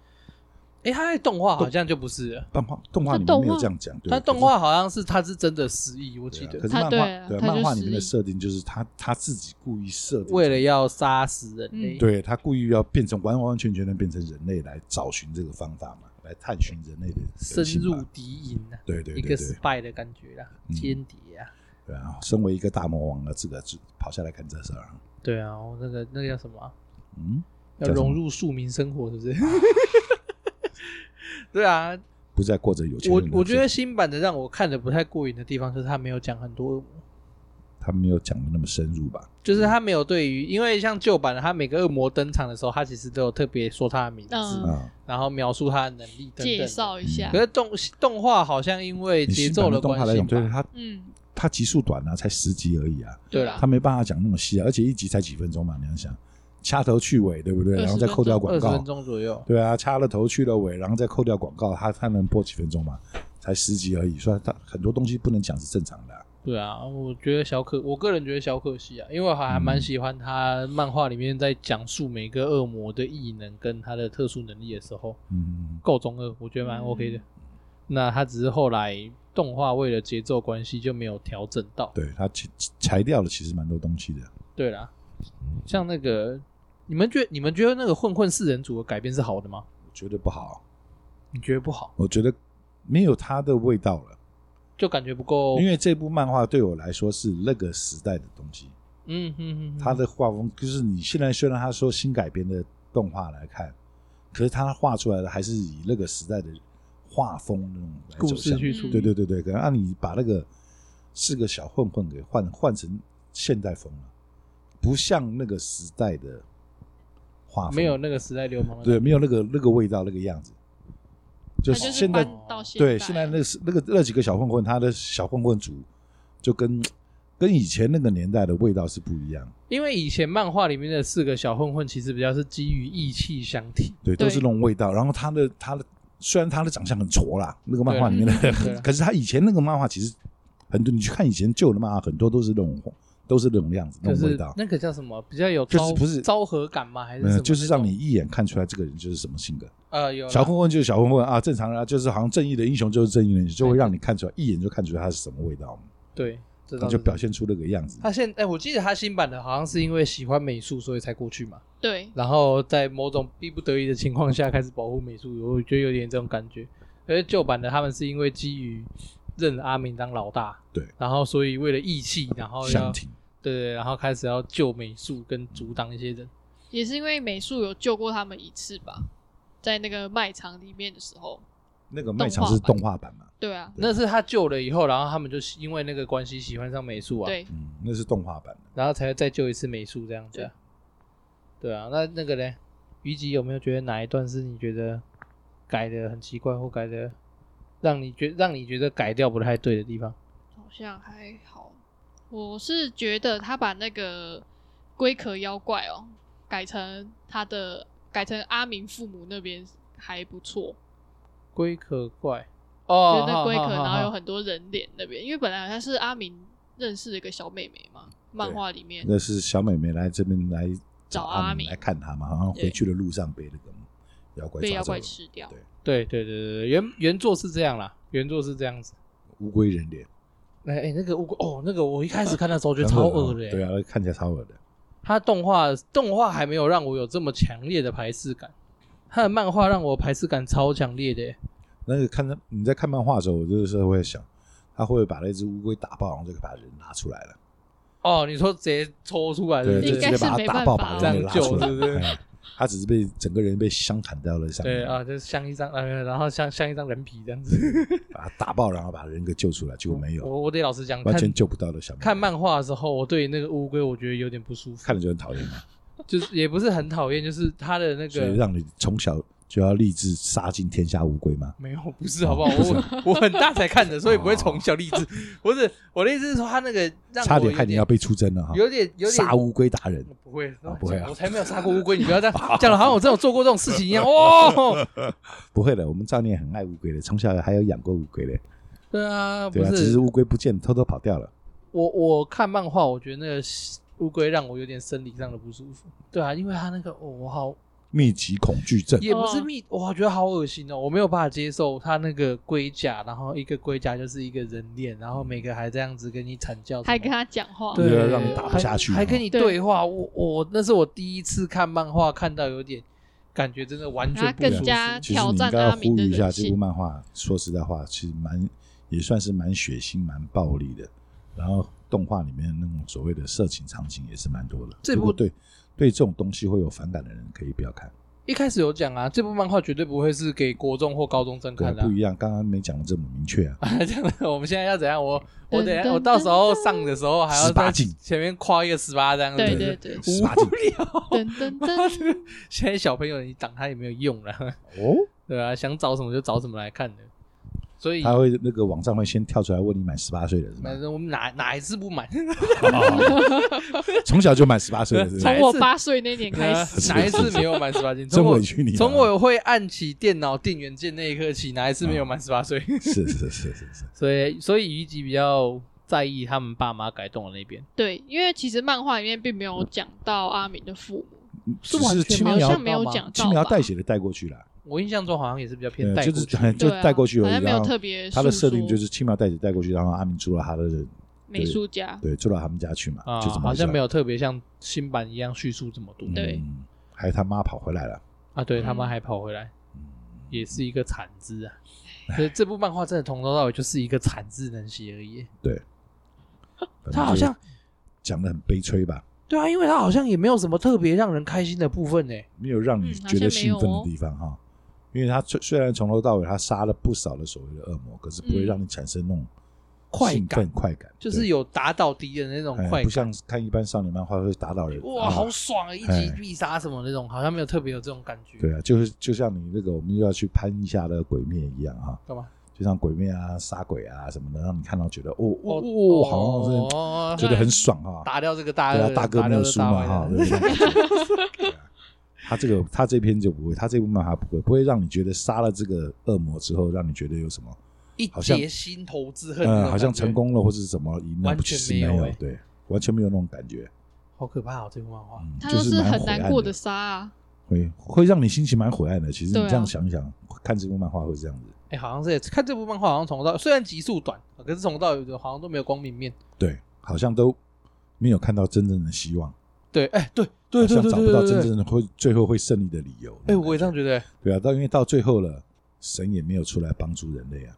Speaker 1: 哎，他在动画好像就不是了，
Speaker 2: 动画动画里面
Speaker 3: 他动画
Speaker 2: 没有这样讲，对，
Speaker 1: 他动画好像是他是真的失忆，我
Speaker 2: 可
Speaker 1: 记
Speaker 2: 是。对啊
Speaker 1: 得
Speaker 2: 可是
Speaker 3: 他
Speaker 2: 漫
Speaker 3: 对
Speaker 2: 画
Speaker 3: 啊
Speaker 2: 对啊
Speaker 3: 他就
Speaker 2: 漫画里面的
Speaker 3: 是
Speaker 2: 设定就是他他自己故意设定，
Speaker 1: 为了要杀死人类。
Speaker 3: 嗯
Speaker 2: 对他故意要变成完完全全的变成人类来找寻这个方法嘛，来探寻人类的
Speaker 1: 深
Speaker 2: 人性
Speaker 1: 入
Speaker 2: 吧
Speaker 1: 敌营啊，
Speaker 2: 对对
Speaker 1: 一
Speaker 2: 对
Speaker 1: 个
Speaker 2: 对
Speaker 1: spy 的感觉啦，
Speaker 2: 嗯
Speaker 1: 间谍啊，
Speaker 2: 对啊，身为一个大魔王啊的这个跑下来干这事儿啊，
Speaker 1: 对啊，我那个那个叫什么啊、
Speaker 2: 嗯，
Speaker 1: 要
Speaker 2: 叫什么
Speaker 1: 融入庶民生活，是 不是？ 对啊，
Speaker 2: 不再过着有钱人
Speaker 1: 我
Speaker 2: 的日子。
Speaker 1: 我觉得新版的让我看的不太过瘾的地方，就是他没有讲很多恶
Speaker 2: 嗯
Speaker 1: 魔，
Speaker 2: 他没有讲的那么深入吧？
Speaker 1: 就是他没有对于，因为像旧版的，他每个恶魔登场的时候，他其实都有特别说他的名字，
Speaker 3: 嗯
Speaker 2: 啊，
Speaker 1: 然后描述他的能力等等
Speaker 3: 介
Speaker 1: 的。
Speaker 3: 绍
Speaker 2: 嗯
Speaker 3: 一下
Speaker 1: 可，是动动画好像因为
Speaker 2: 你
Speaker 1: 节
Speaker 2: 新
Speaker 1: 奏
Speaker 2: 版
Speaker 1: 的
Speaker 2: 的动
Speaker 1: 关
Speaker 2: 画来
Speaker 1: 系
Speaker 2: 讲，对
Speaker 1: 吧，
Speaker 2: 他
Speaker 3: 嗯，
Speaker 2: 他集数短啊，才十集而已啊，
Speaker 1: 对啦
Speaker 2: 他没办法讲那么细啊，而且一集才几分钟嘛，你要想掐头去尾，对不对？
Speaker 3: 20
Speaker 2: 然后再扣掉
Speaker 1: 二
Speaker 2: 广
Speaker 1: 十分
Speaker 2: 告，
Speaker 1: 钟左右，
Speaker 2: 对啊，掐了头去了尾，然后再扣掉广告，他他能播几分钟嘛？才十集而已，所以他很多东西不能讲是正常的啊、
Speaker 1: 对啊，我觉得小可，我个人觉得小可惜啊，因为我还蛮
Speaker 2: 嗯
Speaker 1: 喜欢他漫画里面在讲述每个恶魔的异能跟他的特殊能力的时候，
Speaker 2: 嗯，
Speaker 1: 够中二，我觉得蛮
Speaker 3: 嗯
Speaker 1: OK 的。那他只是后来动画为了节奏关系就没有调整到。
Speaker 2: 对他其裁掉了其实蛮多东西的。
Speaker 1: 对啦，像那个，你们觉得你们觉得那个混混四人组的改编是好的吗？
Speaker 2: 我觉得不好，
Speaker 1: 你觉得不好，
Speaker 2: 我觉得没有他的味道了。
Speaker 1: 就感觉不够。
Speaker 2: 因为这部漫画对我来说是那个时代的东西，
Speaker 1: 嗯嗯嗯，
Speaker 2: 它的画风就是你现在虽然他说新改编的动画来看，可是他画出来的还是以那个时代的画风那种来
Speaker 1: 故
Speaker 2: 走
Speaker 1: 事
Speaker 2: 向。
Speaker 1: 去处理，
Speaker 2: 对对对对，可能让你把那个是个小混混给换换成现代风了，不像那个时代的画风，
Speaker 1: 没有那个时代流氓的
Speaker 2: 对，没有那个那个味道那个样子，就
Speaker 3: 他
Speaker 2: 是
Speaker 3: 就是
Speaker 2: 现在
Speaker 3: 搬到现
Speaker 2: 对，现在那是那个那几个小混混，他的小混混组就跟跟以前那个年代的味道是不一样，
Speaker 1: 因为以前漫画里面的四个小混混其实比较是基于义气相挺，
Speaker 2: 对，
Speaker 3: 对
Speaker 2: 都是那种味道。然后他的他的虽然他的长相很挫啦，那个漫画里面
Speaker 1: 对
Speaker 2: 的
Speaker 1: 啊对啊，
Speaker 2: 可是他以前那个漫画其实很多，你去看以前旧的漫画，很多都是那种都是那种样子，那
Speaker 1: 就
Speaker 2: 种味
Speaker 1: 是
Speaker 2: 道。
Speaker 1: 那个叫什么比较有
Speaker 2: 就
Speaker 1: 昭
Speaker 2: 是不是
Speaker 1: 昭和感吗？还是
Speaker 2: 没
Speaker 1: 什
Speaker 2: 有，
Speaker 1: 么？
Speaker 2: 就是让你一眼看出来这个人就是什么性格。
Speaker 1: 呃有啦
Speaker 2: 小混混就是小混混啊，正常人啊，就是好像正义的英雄就是正义的英雄，就会让你看出来一眼就看出来他是什么味道。
Speaker 1: 对，这
Speaker 2: 他
Speaker 1: 倒
Speaker 2: 就是表现出那个样子。
Speaker 1: 他现哎、我记得他新版的好像是因为喜欢美术，所以才过去嘛。
Speaker 3: 对，
Speaker 1: 然后在某种逼不得已的情况下开始保护美术，我觉得有点这种感觉。而旧版的他们是因为基于认阿明当老大，
Speaker 2: 对，
Speaker 1: 然后所以为了义气，然后要
Speaker 2: 想
Speaker 1: 对
Speaker 2: 挺，
Speaker 1: 对，对然后开始要救美术跟阻挡一些人。
Speaker 3: 也是因为美术有救过他们一次吧，在那个卖场里面的时候，
Speaker 2: 那个卖场是
Speaker 3: 动
Speaker 2: 动画版嘛？
Speaker 3: 对啊，
Speaker 1: 那是他救了以后，然后他们就因为那个关系喜欢上美术啊，
Speaker 3: 对，
Speaker 2: 嗯，那是动画版的。
Speaker 1: 然后才再救一次美术这样子、啊。对啊，那那个嘞，虞姬有没有觉得哪一段是你觉得改的很奇怪，或改的让你觉让你觉得改掉不太对的地方？
Speaker 3: 好像还好。我是觉得他把那个龟壳妖怪哦改成他的改成阿明父母那边还不错，
Speaker 1: 龟壳怪
Speaker 3: 就
Speaker 1: 哦
Speaker 3: 是，那龟壳，
Speaker 1: 好好好
Speaker 3: 然后有
Speaker 1: 好
Speaker 3: 很多人脸那边，因为本来好像是阿明认识的一个小妹妹嘛，漫画里面
Speaker 2: 那是小美眉来这边来
Speaker 3: 找
Speaker 2: 阿
Speaker 3: 阿
Speaker 2: 明
Speaker 3: 明
Speaker 2: 来看他嘛，好像回去的路上被那个妖怪
Speaker 3: 被
Speaker 2: 抓
Speaker 3: 妖
Speaker 2: 走
Speaker 3: 怪
Speaker 2: 了，
Speaker 3: 吃掉
Speaker 2: 对。
Speaker 1: 对对对对对，原原作是这样啦，原作是这样子。
Speaker 2: 乌龟人脸，
Speaker 1: 哎、哎，那个乌龟哦，那个我一开始看的时候觉得超恶的、欸，
Speaker 2: 对啊，那看起来超恶的。
Speaker 1: 他动画动画还没有让我有这么强烈的排斥感，他的漫画让我排斥感超强烈的、欸。
Speaker 2: 那个看他你在看漫画的时候，我就是会想，他会不会把那只乌龟打爆，然后再把人拉出来了？
Speaker 1: 哦，你说直接抽出来是
Speaker 2: 对，就
Speaker 1: 不
Speaker 2: 直
Speaker 3: 应该
Speaker 1: 是？
Speaker 2: 接把他
Speaker 3: 是没
Speaker 2: 打爆，
Speaker 3: 办
Speaker 2: 把
Speaker 3: 法
Speaker 2: 人给拉出来。
Speaker 1: 这样救是不是
Speaker 2: 哎他只是被整个人被香砍掉了上面，
Speaker 1: 对啊，就是像一张呃，然后像像一张人皮这样子。
Speaker 2: 把他打爆，然后把人给救出来，结果 没有，
Speaker 1: 我我得老实讲，
Speaker 2: 完
Speaker 1: 哦看
Speaker 2: 全救不到的小美。
Speaker 1: 看，漫画的时候，我对那个乌龟我觉得有点不舒服，
Speaker 2: 看了就很讨厌嘛，
Speaker 1: 就是也不是很讨厌，就是他的那
Speaker 2: 所以
Speaker 1: 个
Speaker 2: 让你从小就要立志杀尽天下乌龟嘛。
Speaker 1: 没有不是好
Speaker 2: 哦
Speaker 1: 不好？ 我我很大才看的，所以不会从小励志。不是我的意思是说，他那个让
Speaker 2: 差
Speaker 1: 我
Speaker 2: 点
Speaker 1: 有
Speaker 2: 害你要被出征了哈！
Speaker 1: 有点有点
Speaker 2: 杀乌龟达人，
Speaker 1: 不会，
Speaker 2: 啊不会啊哦
Speaker 1: 我才没有杀过乌龟，你不 要这样讲的，好像我真的有做过这种事情一样哦。
Speaker 2: 不会的，我们少年很爱乌龟的，从小还有养过乌龟的。
Speaker 1: 对啊，不
Speaker 2: 对啊，只
Speaker 1: 是
Speaker 2: 是乌龟不见，偷偷跑掉了。
Speaker 1: 我我看漫画，我觉得那个乌龟让我有点生理上的不舒服。对啊，因为它那个、哦、我好
Speaker 2: 密集恐惧症，
Speaker 1: 也不
Speaker 3: 哦
Speaker 1: 是密，我觉得好恶心哦，我没有办法接受它那个龟甲，然后一个龟甲就是一个人脸，然后每个还这样子跟你惨叫什么，
Speaker 3: 还跟他讲话，
Speaker 1: 对
Speaker 2: 又要让你打不下去
Speaker 1: 还还
Speaker 2: 哦
Speaker 1: 跟你
Speaker 3: 对
Speaker 1: 对话。我我那是我第一次看漫画，看到有点感觉真的完全
Speaker 3: 他
Speaker 1: 不舒服。
Speaker 3: 啊更加
Speaker 2: 其实
Speaker 3: 挑
Speaker 2: 你应
Speaker 3: 战
Speaker 2: 该要
Speaker 3: 阿明
Speaker 2: 呼
Speaker 3: 的
Speaker 2: 吁一下
Speaker 3: 人
Speaker 2: 这部
Speaker 3: 性。
Speaker 2: 漫画。说实在话，其实蛮也算是蛮血腥、蛮暴力的。然后动画里面那种所谓的色情场景也是蛮多的。
Speaker 1: 这
Speaker 2: 如果
Speaker 1: 部
Speaker 2: 对对这种东西会有反感的人，可以不要看。
Speaker 1: 一开始有讲啊，这部漫画绝对不会是给国中或高中生
Speaker 2: 对啊
Speaker 1: 看的、啊
Speaker 2: 不。一样，刚刚没讲的这么明确啊。
Speaker 1: 这样，我们现在要怎样？我我等
Speaker 3: 噔
Speaker 1: 下
Speaker 3: 噔
Speaker 1: 我到时候上的时候还要在
Speaker 2: 18禁
Speaker 1: 前面跨一个十八这样子。
Speaker 3: 对对 对，
Speaker 2: 十
Speaker 1: 无
Speaker 2: 八禁
Speaker 1: 聊。
Speaker 3: 噔噔噔，
Speaker 1: 现在小朋友你挡他也没有用了，
Speaker 2: 哦，
Speaker 1: 对啊，想找什么就找什么来看的。所以，
Speaker 2: 他会那个网站会先跳出来问你满十八岁了是吗
Speaker 1: 反？正我们哪哪一次不买？
Speaker 2: 从小就满十八岁了是吗
Speaker 1: 哪一
Speaker 3: 从
Speaker 1: 次
Speaker 3: 我八岁那年开始，
Speaker 1: 啊哪一次没有满十八禁？
Speaker 2: 真
Speaker 1: 从我
Speaker 2: 委屈你了
Speaker 1: 从我会按起电脑电源键那一刻起，哪一次没有满十八岁？
Speaker 2: 是是是是是，
Speaker 1: 所以，所以虞姬比较在意他们爸妈改动的那边。
Speaker 3: 对，因为其实漫画里面并没有讲到阿明的父母，
Speaker 2: 只
Speaker 1: 完
Speaker 2: 是
Speaker 1: 全
Speaker 2: 轻
Speaker 1: 没有
Speaker 3: 好
Speaker 2: 描
Speaker 3: 像没有讲到
Speaker 2: 轻描
Speaker 3: 吧，
Speaker 2: 淡写的带过去了，
Speaker 1: 我印象中好像也是比较偏带
Speaker 2: 对，
Speaker 1: 过
Speaker 2: 就
Speaker 1: 去
Speaker 2: 是
Speaker 1: 的。
Speaker 2: 就
Speaker 3: 对啊
Speaker 2: 带过去而
Speaker 3: 好像
Speaker 2: 已。
Speaker 3: 没有
Speaker 2: 然后
Speaker 3: 特别
Speaker 2: 他的
Speaker 3: 诉
Speaker 2: 设定
Speaker 3: 说
Speaker 2: 就是轻描淡写带过去，然后阿明住到他的
Speaker 3: 美术家，
Speaker 2: 对住到他们家去嘛，
Speaker 1: 啊
Speaker 2: 就这，么
Speaker 1: 好
Speaker 2: 回事
Speaker 1: 像没有特别像新版一样叙述这么多。
Speaker 3: 对
Speaker 2: 嗯还有他妈跑回来了，
Speaker 1: 啊，对他妈
Speaker 3: 嗯
Speaker 1: 还跑回来，
Speaker 2: 嗯
Speaker 1: 也是一个惨字啊。
Speaker 2: 哎
Speaker 1: 所以这部漫画真的从头到尾就是一个惨字能写而已。
Speaker 2: 反正
Speaker 1: 他好
Speaker 2: 就是
Speaker 1: 像
Speaker 2: 讲的很悲催吧，
Speaker 1: 对啊，因为他好像也没有什么特别让人开心的部分呢。
Speaker 2: 没有让你
Speaker 3: 嗯好
Speaker 2: 觉
Speaker 3: 像
Speaker 2: 得
Speaker 3: 没
Speaker 2: 兴
Speaker 3: 有
Speaker 2: 奋的
Speaker 3: 哦
Speaker 2: 地方哈。因为他虽虽然从头到尾他杀了不少的所谓的恶魔，可是不会
Speaker 3: 嗯
Speaker 2: 让你产生那种
Speaker 1: 快
Speaker 2: 兴
Speaker 1: 感
Speaker 2: 奋快感，
Speaker 1: 就是
Speaker 2: 对
Speaker 1: 有打倒敌人的那种
Speaker 2: 哎
Speaker 1: 快感，
Speaker 2: 不像看一般少年漫画会打倒人，
Speaker 1: 哇，
Speaker 2: 啊
Speaker 1: 好爽啊！一击
Speaker 2: 哎
Speaker 1: 必杀什么那种，好像没有特别有这种感觉。
Speaker 2: 对啊，就是就像你那个我们又要去攀一下的鬼面一样哈、
Speaker 1: 干嘛？
Speaker 2: 就像鬼面啊、杀鬼啊什么的，让你看到觉得哦哦
Speaker 1: 哦
Speaker 2: 哦，好
Speaker 1: 哦
Speaker 2: 像是觉得很爽哈、
Speaker 1: 打掉这个大
Speaker 2: 对啊
Speaker 1: 二，，
Speaker 2: 大哥
Speaker 1: 打
Speaker 2: 没
Speaker 1: 掉
Speaker 2: 有
Speaker 1: 这
Speaker 2: 输
Speaker 1: 个大
Speaker 2: 嘛
Speaker 1: 坏
Speaker 2: 哈。
Speaker 1: 蛋
Speaker 2: 对不对 对啊他这个他这篇就不会，他这部漫画不会，不会让你觉得杀了这个恶魔之后，让你觉得有什么，
Speaker 1: 一
Speaker 2: 好像
Speaker 1: 结心头之恨那种感
Speaker 2: 嗯，
Speaker 1: 觉，
Speaker 2: 好像成功了或是怎么赢了，
Speaker 1: 完
Speaker 2: 不
Speaker 1: 全
Speaker 2: 是
Speaker 1: 没
Speaker 2: 没
Speaker 1: 有
Speaker 2: 有
Speaker 1: 欸，
Speaker 2: 对，完全没有那种感觉，
Speaker 1: 好可怕哦！这部漫画，
Speaker 2: 嗯
Speaker 3: 他
Speaker 2: 就
Speaker 3: 都是
Speaker 2: 蛮
Speaker 3: 很
Speaker 2: 灰
Speaker 3: 难
Speaker 2: 暗
Speaker 3: 过
Speaker 2: 的
Speaker 3: 的，杀啊，
Speaker 2: 会会让你心情蛮灰暗的。其实你
Speaker 3: 对啊
Speaker 2: 这样想一想，看这部漫画会这样子。
Speaker 1: 哎、好像是看这部漫画，好像从头到虽然集数短，可是从头到尾的好像都没有光明面。
Speaker 2: 对，好像都没有看到真正的希望，
Speaker 1: 对，哎、对
Speaker 2: 好
Speaker 1: 对对
Speaker 2: 像
Speaker 1: 对
Speaker 2: 找
Speaker 1: 对
Speaker 2: 不
Speaker 1: 对
Speaker 2: 到
Speaker 1: 对
Speaker 2: 真
Speaker 1: 对，
Speaker 2: 正的会最后会胜利的理由。
Speaker 1: 哎、我也这样觉得、
Speaker 2: 对啊，到因为到最后了，神也没有出来帮助人类啊。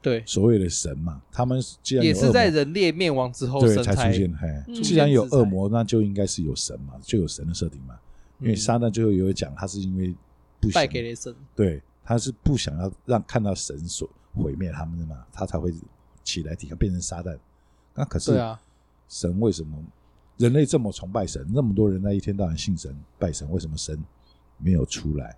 Speaker 1: 对，
Speaker 2: 所谓的神嘛，他们既然有
Speaker 1: 也
Speaker 2: 恶
Speaker 1: 是
Speaker 2: 魔
Speaker 1: 在人类灭亡之后
Speaker 2: 对
Speaker 1: 生
Speaker 2: 才出现，嘿，
Speaker 3: 嗯
Speaker 2: 既然有
Speaker 1: 出现制裁
Speaker 2: 恶魔，那就应该是有神嘛，就有神的设定嘛。因为
Speaker 1: 嗯
Speaker 2: 撒旦最后也有讲，他是因为不想
Speaker 1: 败给雷神。
Speaker 2: 对，他是不想要让看到神所毁灭他们的嘛，他才会起来抵抗，变成撒旦。那可是
Speaker 1: 对啊，
Speaker 2: 神为什么人类这么崇拜神？那么多人类一天到晚信神拜神，为什么神没有出来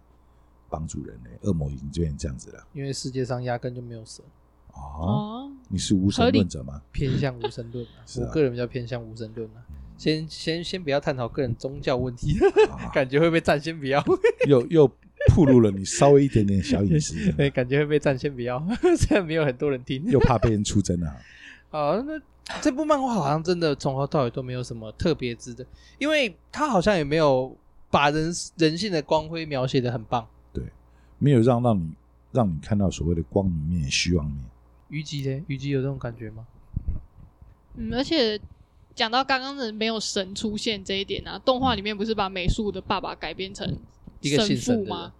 Speaker 2: 帮助人类？恶魔已经变成这样子了
Speaker 1: 因为世界上压根就没有神，
Speaker 2: 哦，
Speaker 3: 哦，
Speaker 2: 你是无神论者吗？
Speaker 1: 偏向无神论、啊
Speaker 2: 是啊
Speaker 1: 我个人比较偏向无神论啊。先先先不要探讨个人宗教问题，
Speaker 2: 啊
Speaker 1: 感觉会被占，先不 要。
Speaker 2: 又又暴露了你稍微一点点小隐
Speaker 1: 对，
Speaker 2: 私，
Speaker 1: 感觉会被占，先不要。 虽然没有很多人听。
Speaker 2: 又怕被人出征啊！
Speaker 1: 啊，那这部漫画好像真的从头到尾都没有什么特别值得，因为它好像也没有把人人性的光辉描写的很棒。
Speaker 2: 没有让让你让你看到所谓的光明面、虚妄面。
Speaker 1: 虞姬嘞，虞姬有这种感觉吗？
Speaker 3: 嗯，而且讲到刚刚的没有神出现这一点啊，动画里面不是把美术的爸爸改编成
Speaker 1: 一个信神
Speaker 3: 父
Speaker 1: 的人
Speaker 3: 吗？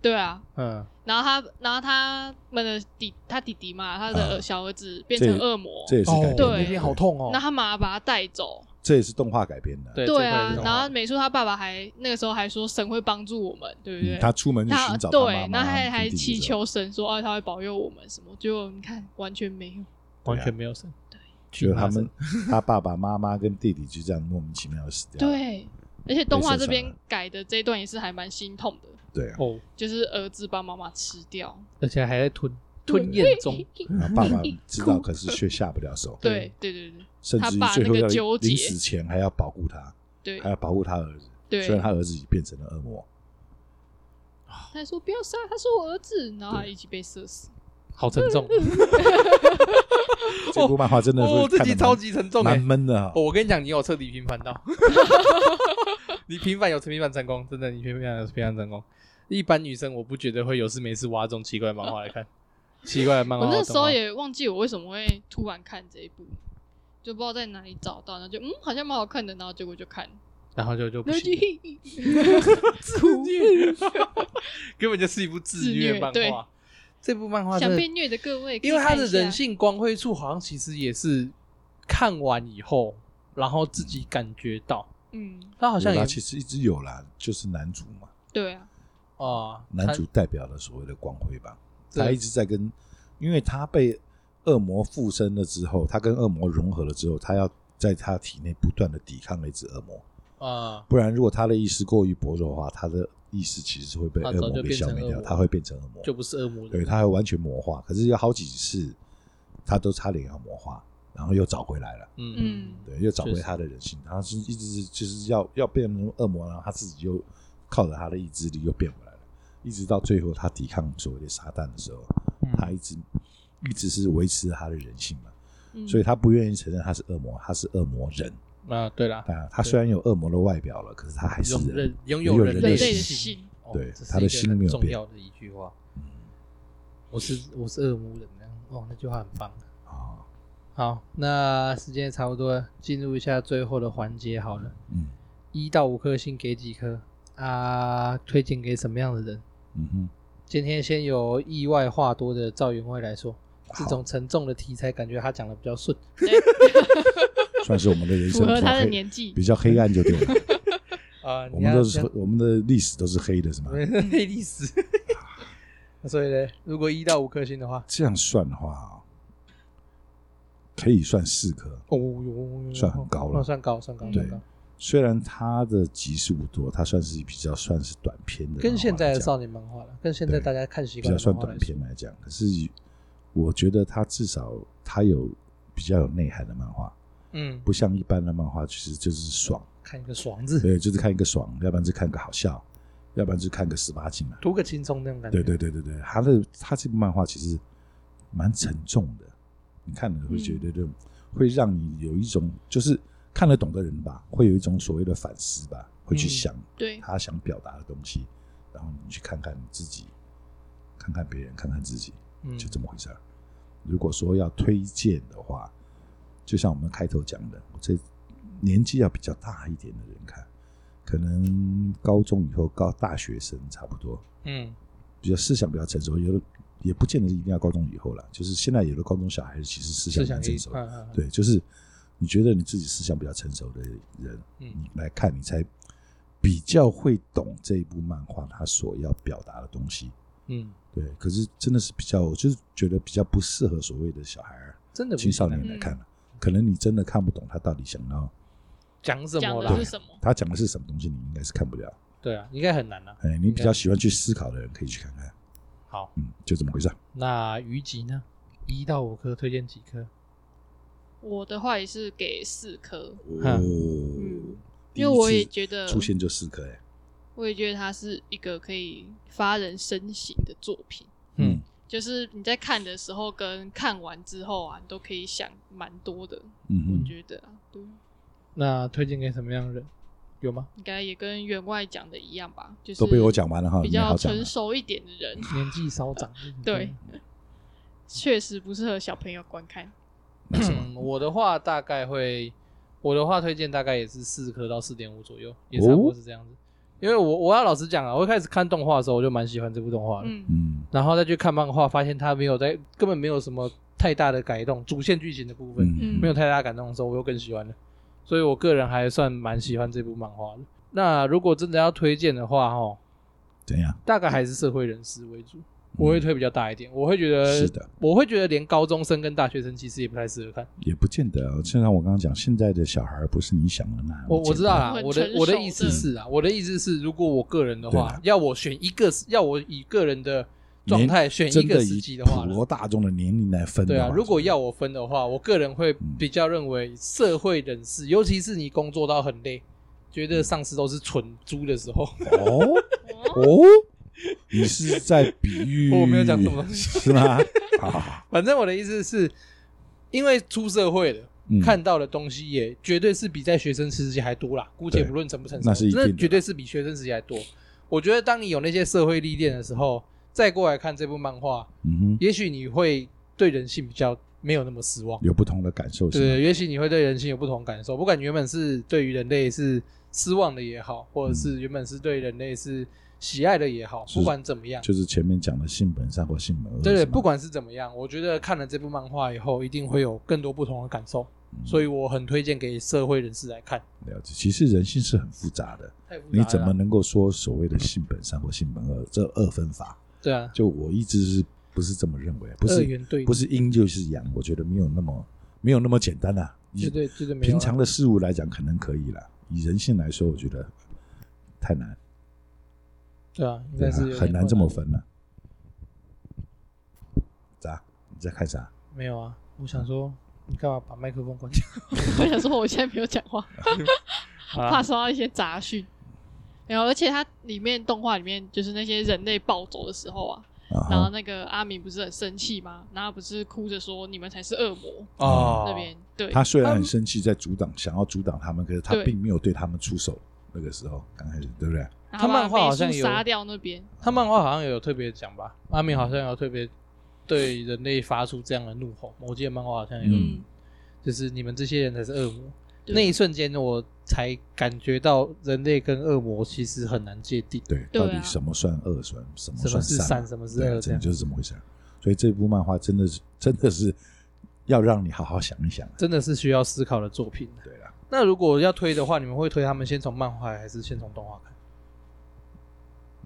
Speaker 3: 对啊，
Speaker 1: 嗯，
Speaker 3: 然后他，然后他们的弟，他弟弟嘛，他
Speaker 2: 啊
Speaker 3: 的儿小儿子变
Speaker 2: 这
Speaker 3: 成
Speaker 2: 也
Speaker 3: 恶魔，
Speaker 2: 这也是改编的，
Speaker 3: 哦对
Speaker 1: 那边好痛哦
Speaker 3: 那。他妈妈把他带走，
Speaker 2: 这也是动画改编的。
Speaker 1: 对
Speaker 3: 对
Speaker 1: 这块也
Speaker 3: 啊
Speaker 1: 是动，画
Speaker 3: 然后美术他爸爸还那个时候还说神会帮助我们，对不对？
Speaker 2: 嗯他出门去
Speaker 3: 他
Speaker 2: 寻找
Speaker 3: 对，
Speaker 2: 那
Speaker 3: 那还还祈求神说啊，他会保佑我们什么？结果你看完全没有，
Speaker 1: 完全没有神。
Speaker 3: 对，
Speaker 2: 就是他们他爸爸妈妈跟弟弟就这样莫名其妙的死掉。
Speaker 3: 对，而且动画这
Speaker 2: 啊被射
Speaker 3: 边
Speaker 2: 杀
Speaker 3: 改的这一段也是还蛮心痛的，
Speaker 2: 对啊，
Speaker 1: 哦，
Speaker 3: 就是儿子把妈妈吃掉，
Speaker 1: 而且还在吞吞咽中。
Speaker 2: 然后爸爸知道，可是却下不了手，
Speaker 3: 嗯对对对对
Speaker 2: 甚至
Speaker 3: 他
Speaker 2: 于
Speaker 3: 爸
Speaker 2: 最后
Speaker 3: 那个
Speaker 2: 要
Speaker 3: 纠结
Speaker 2: 临死前还要保护他，
Speaker 3: 对
Speaker 1: 哎
Speaker 2: 还要保护他儿子。
Speaker 3: 对
Speaker 2: 虽然他儿子已变成了恶魔，
Speaker 3: 他还说不要杀，他是我儿子，然后他一起被射死。
Speaker 1: 好沉重，
Speaker 2: 这部漫画真的
Speaker 1: 哦，
Speaker 2: 会
Speaker 1: 自
Speaker 2: 看
Speaker 1: 己
Speaker 2: 得
Speaker 1: 超级沉重哎、
Speaker 2: 蛮
Speaker 3: 欸
Speaker 2: 蛮闷的啊
Speaker 1: 哦。我跟你讲，你有彻底平反到，你平反有平反成功，真的，你平反有平反成功。一般女生我不觉得会有事没事挖这种奇怪的漫画来看，奇怪的漫画。
Speaker 3: 我那时
Speaker 1: 动
Speaker 3: 候
Speaker 1: 画
Speaker 3: 也忘记我为什么会突然看这一部，就不知道在哪里找到，然后就嗯好像蛮好看的，然后结果就看，
Speaker 1: 然后就就不
Speaker 3: 然后就
Speaker 1: 行了，
Speaker 3: 嘿嘿
Speaker 1: 自虐， 根本就是一部自虐漫
Speaker 3: 自虐对
Speaker 1: 画。这部漫画真
Speaker 3: 想
Speaker 1: 的
Speaker 3: 被虐的各位，
Speaker 1: 因为
Speaker 3: 他
Speaker 1: 它的人性光辉处，好像其实也是看完以后，然后自己感觉到，
Speaker 3: 嗯，
Speaker 1: 他好像
Speaker 2: 有
Speaker 1: 也
Speaker 2: 啦啊其实一直有啦，就是男主嘛，
Speaker 3: 对啊，
Speaker 1: 啊，
Speaker 2: 男
Speaker 1: 他
Speaker 3: 嗯
Speaker 2: 主代表了所谓的光辉吧，
Speaker 1: 对
Speaker 2: 他一直在跟，因为他被恶魔附身了之后，他跟恶魔融合了之后，他要在他体内不断的抵抗那只恶魔，
Speaker 1: 啊，
Speaker 2: 不然如果他的意识过于薄弱的话，他的意识其实是会被
Speaker 1: 他
Speaker 2: 恶
Speaker 1: 早
Speaker 2: 魔
Speaker 1: 就
Speaker 2: 给
Speaker 1: 变
Speaker 2: 消
Speaker 1: 成
Speaker 2: 灭
Speaker 1: 恶
Speaker 2: 掉，
Speaker 1: 魔
Speaker 2: 他会变成恶魔，
Speaker 1: 就不是恶魔
Speaker 2: 对，
Speaker 1: 人，
Speaker 2: 他会完全魔化。可是有好几次，他都差点要魔化，然后又找回来了，
Speaker 1: 嗯
Speaker 3: 嗯，
Speaker 2: 对，又找回
Speaker 1: 确实
Speaker 2: 他的人性，然后是一直是就是要要变成恶魔，然后他自己又靠着他的意志力又变回来了，一直到最后他抵抗所谓的撒旦的时候，
Speaker 1: 嗯
Speaker 2: 他一直一直是维持他的人性嘛，
Speaker 3: 嗯
Speaker 2: 所以他不愿意承认他是恶魔，他是恶魔人
Speaker 1: 啊，对啦，
Speaker 2: 啊，他
Speaker 1: 对
Speaker 2: 虽然有恶魔的外表了，可是他还是
Speaker 1: 拥
Speaker 2: 人
Speaker 1: 人。拥
Speaker 2: 有
Speaker 1: 有
Speaker 2: 人
Speaker 1: 人
Speaker 2: 类
Speaker 3: 人类
Speaker 2: 的
Speaker 3: 的
Speaker 1: 性，
Speaker 3: 心，
Speaker 1: 哦
Speaker 2: 对
Speaker 1: 这是
Speaker 2: 他的
Speaker 1: 一个
Speaker 2: 心
Speaker 1: 很
Speaker 2: 没有
Speaker 1: 重
Speaker 2: 变
Speaker 1: 要的一句话。
Speaker 2: 嗯
Speaker 1: 我是我是恶魔人，这样哦，那句话很棒。
Speaker 2: 啊，
Speaker 1: 好，那时间也差不多了，进入一下最后的环节好了。
Speaker 2: 嗯
Speaker 1: 一到五颗星给几颗啊？推荐给什么样的人？
Speaker 2: 嗯哼。
Speaker 1: 今天先由意外话多的赵元惠来说，这种沉重的题材，感觉他讲的比较顺。
Speaker 2: 算是我们的人生
Speaker 3: 符合
Speaker 2: 比较
Speaker 3: 他的
Speaker 2: 黑，
Speaker 3: 年纪
Speaker 2: 比，较黑暗就对 了。
Speaker 1: 啊、
Speaker 2: 我
Speaker 1: 你
Speaker 2: 们
Speaker 1: 要
Speaker 2: 都是我们的历史都是黑的，是吗？
Speaker 1: 黑历史。所以呢，如果一到五颗星的话，
Speaker 2: 这样算的话，可以算四颗。
Speaker 1: 哦哟，
Speaker 2: 算很高了
Speaker 1: 哦算高，算高，
Speaker 2: 对
Speaker 1: 算
Speaker 2: 嗯
Speaker 1: 高。
Speaker 2: 虽然它的集数不多，它算是比较算是短篇的漫画来讲，
Speaker 1: 跟现在的少年漫画了，跟现在大家看习
Speaker 2: 比
Speaker 1: 惯
Speaker 2: 较
Speaker 1: 的
Speaker 2: 算
Speaker 1: 漫画
Speaker 2: 短
Speaker 1: 来说
Speaker 2: 篇来讲。可是我觉得它至少它有比较有内涵的漫画，
Speaker 1: 嗯，
Speaker 2: 不像一般的漫画，其实就是爽，
Speaker 1: 看一个爽字，
Speaker 2: 对，就是看一个爽，要不然就看个好笑，要不然就看个十八禁嘛。
Speaker 1: 图个轻松那种感觉。
Speaker 2: 对对对对对，他的他这部漫画其实蛮沉重的，你看了会觉得就、会让你有一种就是看得懂的人吧，会有一种所谓的反思吧，会去
Speaker 1: 嗯
Speaker 2: 想
Speaker 3: 对
Speaker 2: 他想表达的东西，然后你去看看你自己，看看看别人，看看自己，
Speaker 1: 嗯，
Speaker 2: 就这么回事儿。如果说要推荐的话，就像我们开头讲的，我这年纪要比较大一点的人看，可能高中以后高大学生差不多，
Speaker 1: 嗯
Speaker 2: 比较思想比较成熟，有的也不见得是一定要高中以后了，就是现在有的高中小孩其实
Speaker 1: 思
Speaker 2: 思想
Speaker 1: 想
Speaker 2: 蛮
Speaker 1: 力
Speaker 2: 成熟，的。
Speaker 1: 嗯嗯，
Speaker 2: 对，就是你觉得你自己思想比较成熟的人，
Speaker 1: 嗯
Speaker 2: 你来看，你才比较会懂这一部漫画它所要表达的东西。
Speaker 1: 嗯，
Speaker 2: 对，可是真的是比较，我就是觉得比较不适合所谓的小孩儿、
Speaker 1: 真的不
Speaker 2: 青少
Speaker 1: 行啊
Speaker 2: 年来看了、可能你真的看不懂他到底想要
Speaker 1: 讲什
Speaker 3: 讲
Speaker 1: 么
Speaker 3: 的
Speaker 1: 啦
Speaker 3: 是？什么？
Speaker 2: 他讲的是什么东西，你应该是看不了。
Speaker 1: 对啊，应该很难啊。
Speaker 2: 哎，你比
Speaker 1: 应该
Speaker 2: 较喜欢去思考的人可以去看看，
Speaker 1: 好，
Speaker 2: 嗯，就这么回事儿。
Speaker 1: 那鱼集呢？一到五颗推荐几颗？
Speaker 3: 我的话也是给四颗，
Speaker 1: 哈
Speaker 2: 哦，
Speaker 3: 嗯
Speaker 2: 第一
Speaker 3: 因为我
Speaker 2: 次
Speaker 3: 也觉得
Speaker 2: 出现就四颗哎，
Speaker 3: 我也觉得它是一个可以发人深省的作品。
Speaker 1: 嗯
Speaker 3: 就是你在看的时候跟看完之后啊，你都可以想蛮多的，
Speaker 2: 嗯
Speaker 3: 我
Speaker 2: 哼，
Speaker 3: 觉得啊，对，
Speaker 1: 那推荐给什么样的人？有吗？
Speaker 3: 应该也跟员外讲的一样吧，就是
Speaker 2: 都被我讲完了哈，
Speaker 3: 比
Speaker 2: 没
Speaker 3: 较
Speaker 2: 好讲了
Speaker 3: 成熟一点的人，
Speaker 1: 年纪稍长。
Speaker 3: 对，确实不适合小朋友观看。
Speaker 2: 那什么？
Speaker 1: 嗯我的话大概会，我的话推荐大概也是四颗到四点五左右，
Speaker 2: 哦
Speaker 1: 也差不多是这样子。因为我我要老实讲啊，我一开始看动画的时候，我就蛮喜欢这部动画的，
Speaker 3: 嗯，
Speaker 2: 嗯
Speaker 1: 然后再去看漫画，发现它没有在根本没有什么太大的改动，主线剧情的部分、
Speaker 2: 嗯，
Speaker 1: 没有太大感动的时候，我又更喜欢了。所以我个人还算蛮喜欢这部漫画的。那如果真的要推荐的话，哦，
Speaker 2: 怎样？
Speaker 1: 大概还是社会人士为主，我会推比较大一点。我会觉得，
Speaker 2: 嗯是的，
Speaker 1: 我会觉得连高中生跟大学生其实也不太适合看。
Speaker 2: 也不见得哦。就像我刚刚讲，现在的小孩儿不是你想的那样。
Speaker 1: 我我知道啊啦
Speaker 3: 很，
Speaker 1: 我的
Speaker 3: 成熟
Speaker 1: 我的意思是啊，我的意思是，如果我个人的
Speaker 2: 对
Speaker 1: 话
Speaker 2: 啦，
Speaker 1: 要我选一个，要我以个人的状态选一
Speaker 2: 真
Speaker 1: 个
Speaker 2: 的
Speaker 1: 时
Speaker 2: 以
Speaker 1: 期的话
Speaker 2: 普
Speaker 1: 呢，
Speaker 2: 罗大众的年龄来分的
Speaker 1: 对啊
Speaker 2: 话，
Speaker 1: 如果要我分的话，我个人会
Speaker 2: 嗯
Speaker 1: 比较认为社会人士，尤其是你工作到很累，觉
Speaker 2: 嗯
Speaker 1: 得上司都是蠢猪的时候，
Speaker 2: 哦
Speaker 3: 哦，
Speaker 2: 哦，你是在比喻？
Speaker 1: 我没有讲什么东西
Speaker 2: 是吗？啊好好好，
Speaker 1: 反正我的意思是，因为出社会了。
Speaker 2: 嗯
Speaker 1: 看到的东西也绝对是比在学生时期还多啦。姑且不论成不成熟，
Speaker 2: 那是一定
Speaker 1: 真
Speaker 2: 的
Speaker 1: 的绝对是比学生时期还多。我觉得当你有那些社会历练的时候，再过来看这部漫画，
Speaker 2: 嗯哼，
Speaker 1: 也许你会对人性比较没有那么失望。
Speaker 2: 有不同的感受是
Speaker 1: 对，
Speaker 2: 吗？
Speaker 1: 也许你会对人性有不同感受，不管你原本是对于人类是失望的也好，或者是原本是对人类是喜爱的也好，
Speaker 2: 是
Speaker 1: 不管怎么样，
Speaker 2: 就是前面讲的性本善或性本恶，
Speaker 1: 对
Speaker 2: 是
Speaker 1: 对，
Speaker 2: 吗
Speaker 1: 不管是怎么样，我觉得看了这部漫画以后，一定会有更多不同的感受，
Speaker 2: 嗯
Speaker 1: 所以我很推荐给社会人士来看。
Speaker 2: 了解。其实人性是很复杂的，
Speaker 1: 太复杂了
Speaker 2: 你怎么能够说所谓的性本善或性本恶这二分法？
Speaker 1: 对啊？
Speaker 2: 就我一直是不是这么认为？不
Speaker 1: 二
Speaker 2: 是
Speaker 1: 元对立
Speaker 2: 不是阴就是阳，我觉得没有那么没有那么简单啦、以
Speaker 1: 绝对绝对没有啊
Speaker 2: 平常的事物来讲，可能可以啦。以人性来说，我觉得太难，
Speaker 1: 对啊，应
Speaker 2: 对
Speaker 1: 该
Speaker 2: 啊
Speaker 1: 是有点
Speaker 2: 很难这
Speaker 1: 困
Speaker 2: 么
Speaker 1: 的。
Speaker 2: 分了、咋？你在看啥？
Speaker 1: 没有啊，我想说，你干嘛把麦克风关 掉？
Speaker 3: 我想说我现在没有讲话，
Speaker 1: 好
Speaker 3: 怕
Speaker 1: 啦，
Speaker 3: 收到一些杂讯。然后，而且它里面动画里面就是那些人类暴走的时候啊，
Speaker 2: 啊
Speaker 3: 然后
Speaker 2: 哈，
Speaker 3: 那个阿明不是很生气吗？然后不是哭着说你们才是恶魔
Speaker 1: 哦，
Speaker 3: 那边对，嗯
Speaker 2: 他虽然很生气，在阻挡，想要阻挡他们，可是他
Speaker 3: 对
Speaker 2: 并没有对他们出手。那个时候刚开始，对不对？
Speaker 3: 然
Speaker 1: 他
Speaker 3: 后把
Speaker 1: 漫画好像
Speaker 3: 梅苏
Speaker 1: 有
Speaker 3: 杀掉那边，
Speaker 1: 他漫画好像有特别讲吧，阿明好像有特别对人类发出这样的怒吼，我记得漫画好像有，
Speaker 3: 嗯，
Speaker 1: 就是你们这些人才是恶魔。
Speaker 3: 对
Speaker 1: 那一瞬间，我才感觉到人类跟恶魔其实很难界定。
Speaker 2: 对，
Speaker 3: 对啊
Speaker 2: 到底什么算恶，算什么
Speaker 1: 什么
Speaker 2: 算
Speaker 1: 是
Speaker 2: 善
Speaker 1: 善
Speaker 2: 啊，
Speaker 1: 什么是
Speaker 2: 对啊
Speaker 1: 恶这
Speaker 2: 真
Speaker 1: 样
Speaker 2: 的就是这么回事儿。所以这部漫画真的是，真的是要让你好好想一想啊。
Speaker 1: 真的是需要思考的作品。
Speaker 2: 对啦，
Speaker 1: 那如果要推的话，你们会推他们先从漫画还是先从动画看？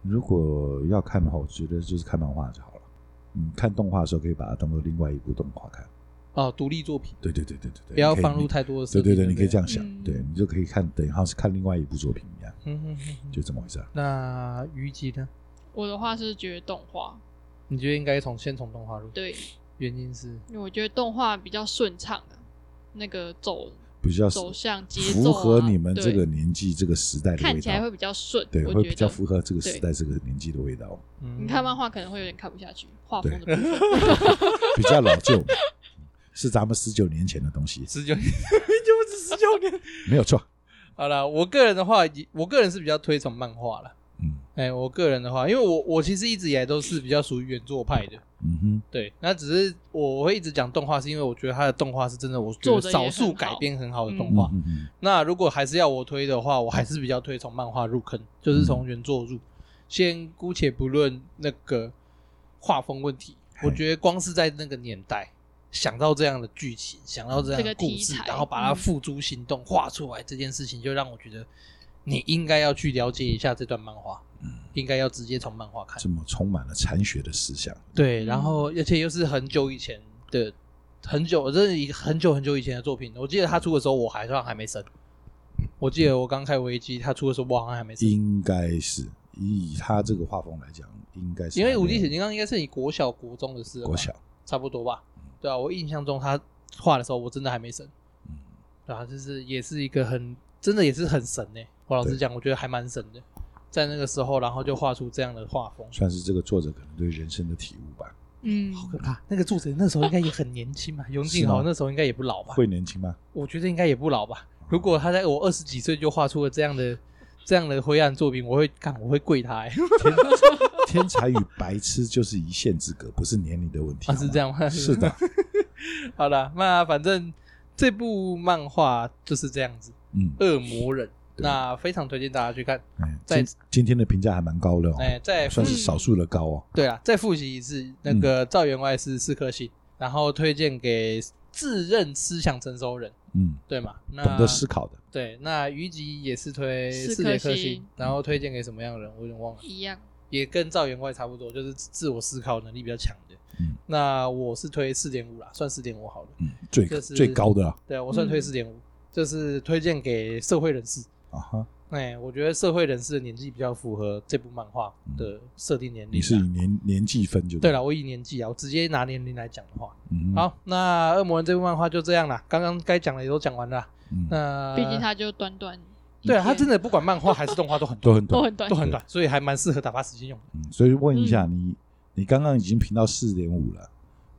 Speaker 2: 如果要看的话，我觉得就是看漫画就好了。嗯，看动画的时候可以把它当做另外一部动画看。
Speaker 1: 哦，独立作品，
Speaker 2: 对对对对对对，
Speaker 1: 不要
Speaker 2: 你可以
Speaker 1: 放入。太多的设
Speaker 2: 对
Speaker 1: 定。
Speaker 2: 对对，
Speaker 1: 不
Speaker 2: 你可以这。样想，
Speaker 3: 嗯
Speaker 2: 对你就可以看，等于好像是看另外一部作品一样，
Speaker 1: 嗯嗯嗯嗯。
Speaker 2: 就这么回事儿。
Speaker 1: 那虞姬呢？
Speaker 3: 我的话是觉得动画，
Speaker 1: 你觉得应该从先从动画入？，
Speaker 3: 对，
Speaker 1: 原因是
Speaker 3: 因为我觉得动画比较顺畅啊，那个走
Speaker 2: 比较
Speaker 3: 走向节
Speaker 2: 符
Speaker 3: 奏、啊，
Speaker 2: 合你们这
Speaker 3: 对
Speaker 2: 个年纪、这个时代的
Speaker 3: 看
Speaker 2: 味
Speaker 3: 起来
Speaker 2: 道
Speaker 3: 会，比较顺，
Speaker 2: 对，
Speaker 3: 我
Speaker 2: 会
Speaker 3: 觉
Speaker 2: 比较
Speaker 3: 得
Speaker 2: 符合这个时
Speaker 3: 对
Speaker 2: 代、这个年纪的味道，
Speaker 1: 嗯
Speaker 3: 你看漫画可能会有点看不下去，画风的部分，
Speaker 2: 比较老旧，嗯是咱们十九年前的东西，
Speaker 1: 十九年， 就不止十九年。
Speaker 2: 没有错。
Speaker 1: 好了，我个人的话，也我个人是比较推崇漫画了。
Speaker 2: 嗯，
Speaker 1: 哎、我个人的话，因为我我其实一直以来都是比较属于原作派的，
Speaker 2: 嗯哼，
Speaker 1: 对，那只是我会一直讲动画，是因为我觉得它的动画是真的，我觉
Speaker 3: 做
Speaker 1: 得
Speaker 3: 得
Speaker 1: 少
Speaker 3: 也
Speaker 1: 数
Speaker 3: 很
Speaker 1: 改
Speaker 3: 好
Speaker 1: 编很好的动
Speaker 2: 嗯
Speaker 1: 画。
Speaker 2: 哼哼
Speaker 1: 那如果还是要我推的话，我还是比较推从漫画入坑，就是从原作入。先姑且不论那个画风问题，
Speaker 2: 嘿
Speaker 1: 我觉得光是在那个年代想到这样的剧情，想到这样
Speaker 3: 这
Speaker 1: 的
Speaker 3: 个
Speaker 1: 故
Speaker 3: 题
Speaker 1: 事，
Speaker 3: 材
Speaker 1: 然后把它
Speaker 3: 嗯
Speaker 1: 付诸行动画出来这件事情，就让我觉得你应该要去了解一下这段漫画，应该要直接从漫画看。
Speaker 2: 这么充满了残血的思想，
Speaker 1: 对，
Speaker 3: 嗯
Speaker 1: 然后而且又是很久以前的，很久，这是一个很久很久以前的作品。我记得他出的时候，我好像还没生。我记得我刚开危机，他出的时候我好像还没生，
Speaker 2: 应该是以他这个画风来讲，应该是
Speaker 1: 因为《无
Speaker 2: 无
Speaker 1: 敌铁金刚》应该是你国小国中的事了吧，
Speaker 2: 国小，
Speaker 1: 差不多吧？对啊，我印象中他画的时候，我真的还没生。
Speaker 2: 嗯
Speaker 1: 对啊，就是也是一个很真的也是很神呢、欸我老实讲，我觉得还蛮神的，在那个时候，然后就画出这样的画风，
Speaker 2: 算是这个作者可能对人生的体悟吧。
Speaker 3: 嗯，
Speaker 1: 好可怕。啊那个作者那时候应该也很年轻 嘛，永井
Speaker 2: 是吗
Speaker 1: 豪那时候应该也不老吧？
Speaker 2: 会年轻吗？
Speaker 1: 我觉得应该也不老吧。如果他在我二十几岁就画出了这样的这样的灰暗作品，我会看我会跪他、欸，
Speaker 2: 天 天才与白痴就是一线之隔，不是年龄的问题。
Speaker 1: 啊是这样吗？
Speaker 2: 是的。
Speaker 1: 好了，那反正这部漫画就是这样子，
Speaker 2: 嗯，
Speaker 1: 《恶魔人》
Speaker 2: 对
Speaker 1: 那非常推荐大家去看。
Speaker 2: 哎，
Speaker 1: 在
Speaker 2: 今今天的评价还蛮高的哦，
Speaker 1: 哎、再复
Speaker 2: 算是少数的高哦。
Speaker 1: 对啊，再复习一次，那
Speaker 2: 嗯
Speaker 1: 个赵员外是四颗星，然后推荐给自认思想成熟人，
Speaker 2: 嗯，
Speaker 1: 对吗？那
Speaker 2: 懂得思考的，
Speaker 1: 对，那虞吉也是推
Speaker 3: 四
Speaker 1: 四节
Speaker 3: 颗
Speaker 1: 颗
Speaker 3: 星
Speaker 1: 星，然后推荐给什么样的人？我有点忘了。
Speaker 3: 一样，
Speaker 1: 也跟赵员外差不多，就是自我思考能力比较强的。
Speaker 2: 嗯
Speaker 1: 那我是推四点五啦，算四点五好了。
Speaker 2: 嗯，最
Speaker 1: 就是
Speaker 2: 最高的啊
Speaker 1: 对啊，我算推
Speaker 3: 嗯
Speaker 1: 四点五，就是推荐给社会人士。
Speaker 2: 啊哈。
Speaker 1: 哎、我觉得社会人士的年纪比较符合这部漫画的设定年龄
Speaker 2: 嗯你
Speaker 1: 啊。
Speaker 2: 是以年年纪分就
Speaker 1: 对
Speaker 2: 了。
Speaker 1: 了，我以年纪啊，我直接拿年龄来讲的话，
Speaker 2: 嗯，
Speaker 1: 好，那《恶魔人》这部漫画就这样啦，刚刚该讲的也都讲完了。
Speaker 2: 嗯，
Speaker 1: 那
Speaker 3: 毕竟它就短短一
Speaker 1: 对啊，它
Speaker 3: 天
Speaker 1: 真的不管漫画还是动画都很
Speaker 2: 都
Speaker 1: 短，
Speaker 2: 很
Speaker 3: 都
Speaker 2: 短。
Speaker 3: 很短
Speaker 1: 都，很短，所以还蛮适合打发时间用的。
Speaker 2: 嗯，所以问一下你，你刚刚已经评到四点五了，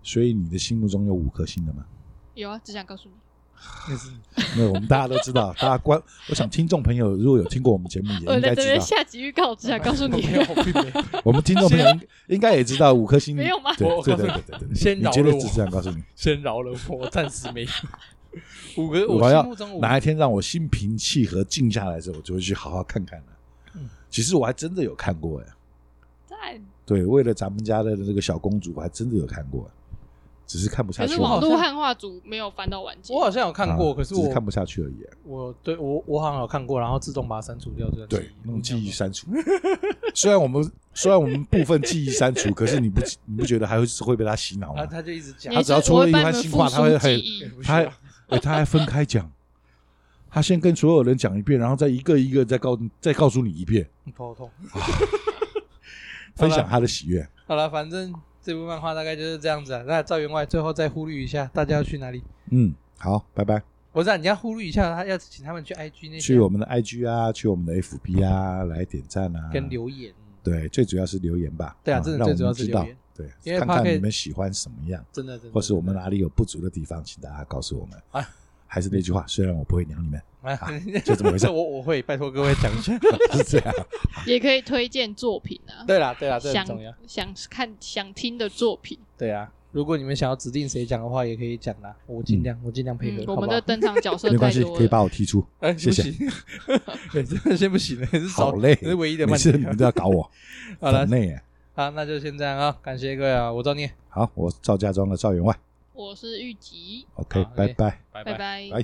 Speaker 2: 所以你的心目中有五颗星的吗？
Speaker 3: 有啊，只想告诉你，
Speaker 1: 就是
Speaker 2: 那我们大家都知道， 大家关，我想听众朋友如果有听过我们节目，也
Speaker 1: 哦
Speaker 3: 我
Speaker 2: 应
Speaker 3: 在
Speaker 2: 该
Speaker 3: 这
Speaker 2: 知
Speaker 3: 边
Speaker 2: 道，
Speaker 3: 下集预告，只想啊告诉你，
Speaker 1: 没有并没有
Speaker 2: 我们听众朋友应应该也知道五颗星
Speaker 3: 没有吗
Speaker 2: 对
Speaker 1: 我
Speaker 2: 对对对对对，对
Speaker 1: 先
Speaker 2: 你
Speaker 1: 饶
Speaker 2: 绝
Speaker 1: 了
Speaker 2: 对
Speaker 1: 我
Speaker 2: 是这样告诉你。
Speaker 1: 先饶了我，我暂时没有。 五个，
Speaker 2: 我
Speaker 1: 心
Speaker 2: 要
Speaker 1: 目中五
Speaker 2: 哪一天让我心平气和静下来之后，我就会去好好看看了、
Speaker 1: 嗯
Speaker 2: 其实我还真的有看过哎、
Speaker 3: 赞。
Speaker 2: 对，为了咱们家的这个小公主，我还真的有看过、只是看不下
Speaker 3: 可
Speaker 2: 去
Speaker 3: 是
Speaker 2: 而
Speaker 3: 网
Speaker 1: 我
Speaker 2: 已。
Speaker 3: 络
Speaker 1: 好像
Speaker 3: 汉化组没有翻到完结，
Speaker 1: 我好像有看过，
Speaker 2: 啊
Speaker 1: 可是
Speaker 2: 只
Speaker 1: 我
Speaker 2: 是看不下去而已、
Speaker 1: 我对我我好像有看过，然后自动把它删除掉这段
Speaker 2: 对，那种记忆
Speaker 1: 删。
Speaker 2: 删除。 虽然我们虽然我们部分记忆删 除，可是你不你不觉得还会是会被他洗脑
Speaker 1: 啊，
Speaker 2: 吗？
Speaker 1: 他就一直讲
Speaker 3: 你
Speaker 2: 他
Speaker 3: 是
Speaker 2: 只要出了一
Speaker 3: 我会帮
Speaker 2: 番
Speaker 3: 你们
Speaker 2: 新话
Speaker 3: 复
Speaker 2: 他会
Speaker 3: 苏
Speaker 2: 很
Speaker 3: 记忆
Speaker 1: 不
Speaker 2: 他
Speaker 1: 需
Speaker 2: 还
Speaker 1: 要
Speaker 2: 哎他还分开讲，他先跟所有人讲一遍，然后再一个一个再告再告诉你一遍，
Speaker 1: 嗯头好痛。
Speaker 2: 分享他的喜悦。
Speaker 1: 好了，反正这部漫画大概就是这样子啊。那赵员外最后再忽略一下，大家要去哪里？
Speaker 2: 嗯，好，拜拜。
Speaker 1: 不是、啊，你要忽略一下，他要请他们去 IG 那
Speaker 2: 去
Speaker 1: 些
Speaker 2: 我们的 IG 啊，去我们的 FB 啊，来点赞啊，
Speaker 1: 跟留言，
Speaker 2: 对，最主要是留言吧。
Speaker 1: 对啊真的
Speaker 2: 让我
Speaker 1: 最主要
Speaker 2: 们
Speaker 1: 是
Speaker 2: 知
Speaker 1: 留
Speaker 2: 道
Speaker 1: 言，
Speaker 2: 对
Speaker 1: 因为，
Speaker 2: 看
Speaker 1: Podcast-
Speaker 2: 看你们喜欢什么样，
Speaker 1: 真的真的。
Speaker 2: 或是我们
Speaker 1: 真的
Speaker 2: 哪里有不足的地方，请大家告诉我们
Speaker 1: 啊。
Speaker 2: 还是那句话，虽然我不 会鸟你们，
Speaker 1: 啊，
Speaker 2: 就这么回 事
Speaker 1: 我我会拜托各位讲一 下。
Speaker 2: 是这样。
Speaker 3: 也可以推荐作品啊，
Speaker 1: 对啦对啦，这很
Speaker 3: 想
Speaker 1: 重要。
Speaker 3: 想看想听的作品，
Speaker 1: 对啊，如果你们想要指定谁讲的话，也可以讲啦，我尽量我尽量配合
Speaker 3: 嗯，，
Speaker 1: 好
Speaker 3: 我
Speaker 1: 不
Speaker 3: 们
Speaker 1: 好
Speaker 3: 的登场角色
Speaker 2: 没关
Speaker 3: 太
Speaker 2: 系，
Speaker 3: 多
Speaker 2: 可以
Speaker 3: 了，
Speaker 2: 把我踢出，
Speaker 1: 哎，
Speaker 2: 谢谢。
Speaker 1: 哎，真的先不行了，是少
Speaker 2: 好累，
Speaker 1: 是唯一的
Speaker 2: 每
Speaker 1: 慢
Speaker 2: 次你们
Speaker 1: 点。
Speaker 2: 都要搞我，
Speaker 1: 好了
Speaker 2: 很，累耶。
Speaker 1: 好，那就先这样啊，感谢各位啊，我赵念，
Speaker 2: 好，我赵家庄的赵员外
Speaker 3: 我是玉吉，
Speaker 2: ，OK，
Speaker 1: 好，OK
Speaker 2: 拜拜，
Speaker 1: 拜
Speaker 3: 拜拜。
Speaker 2: 拜。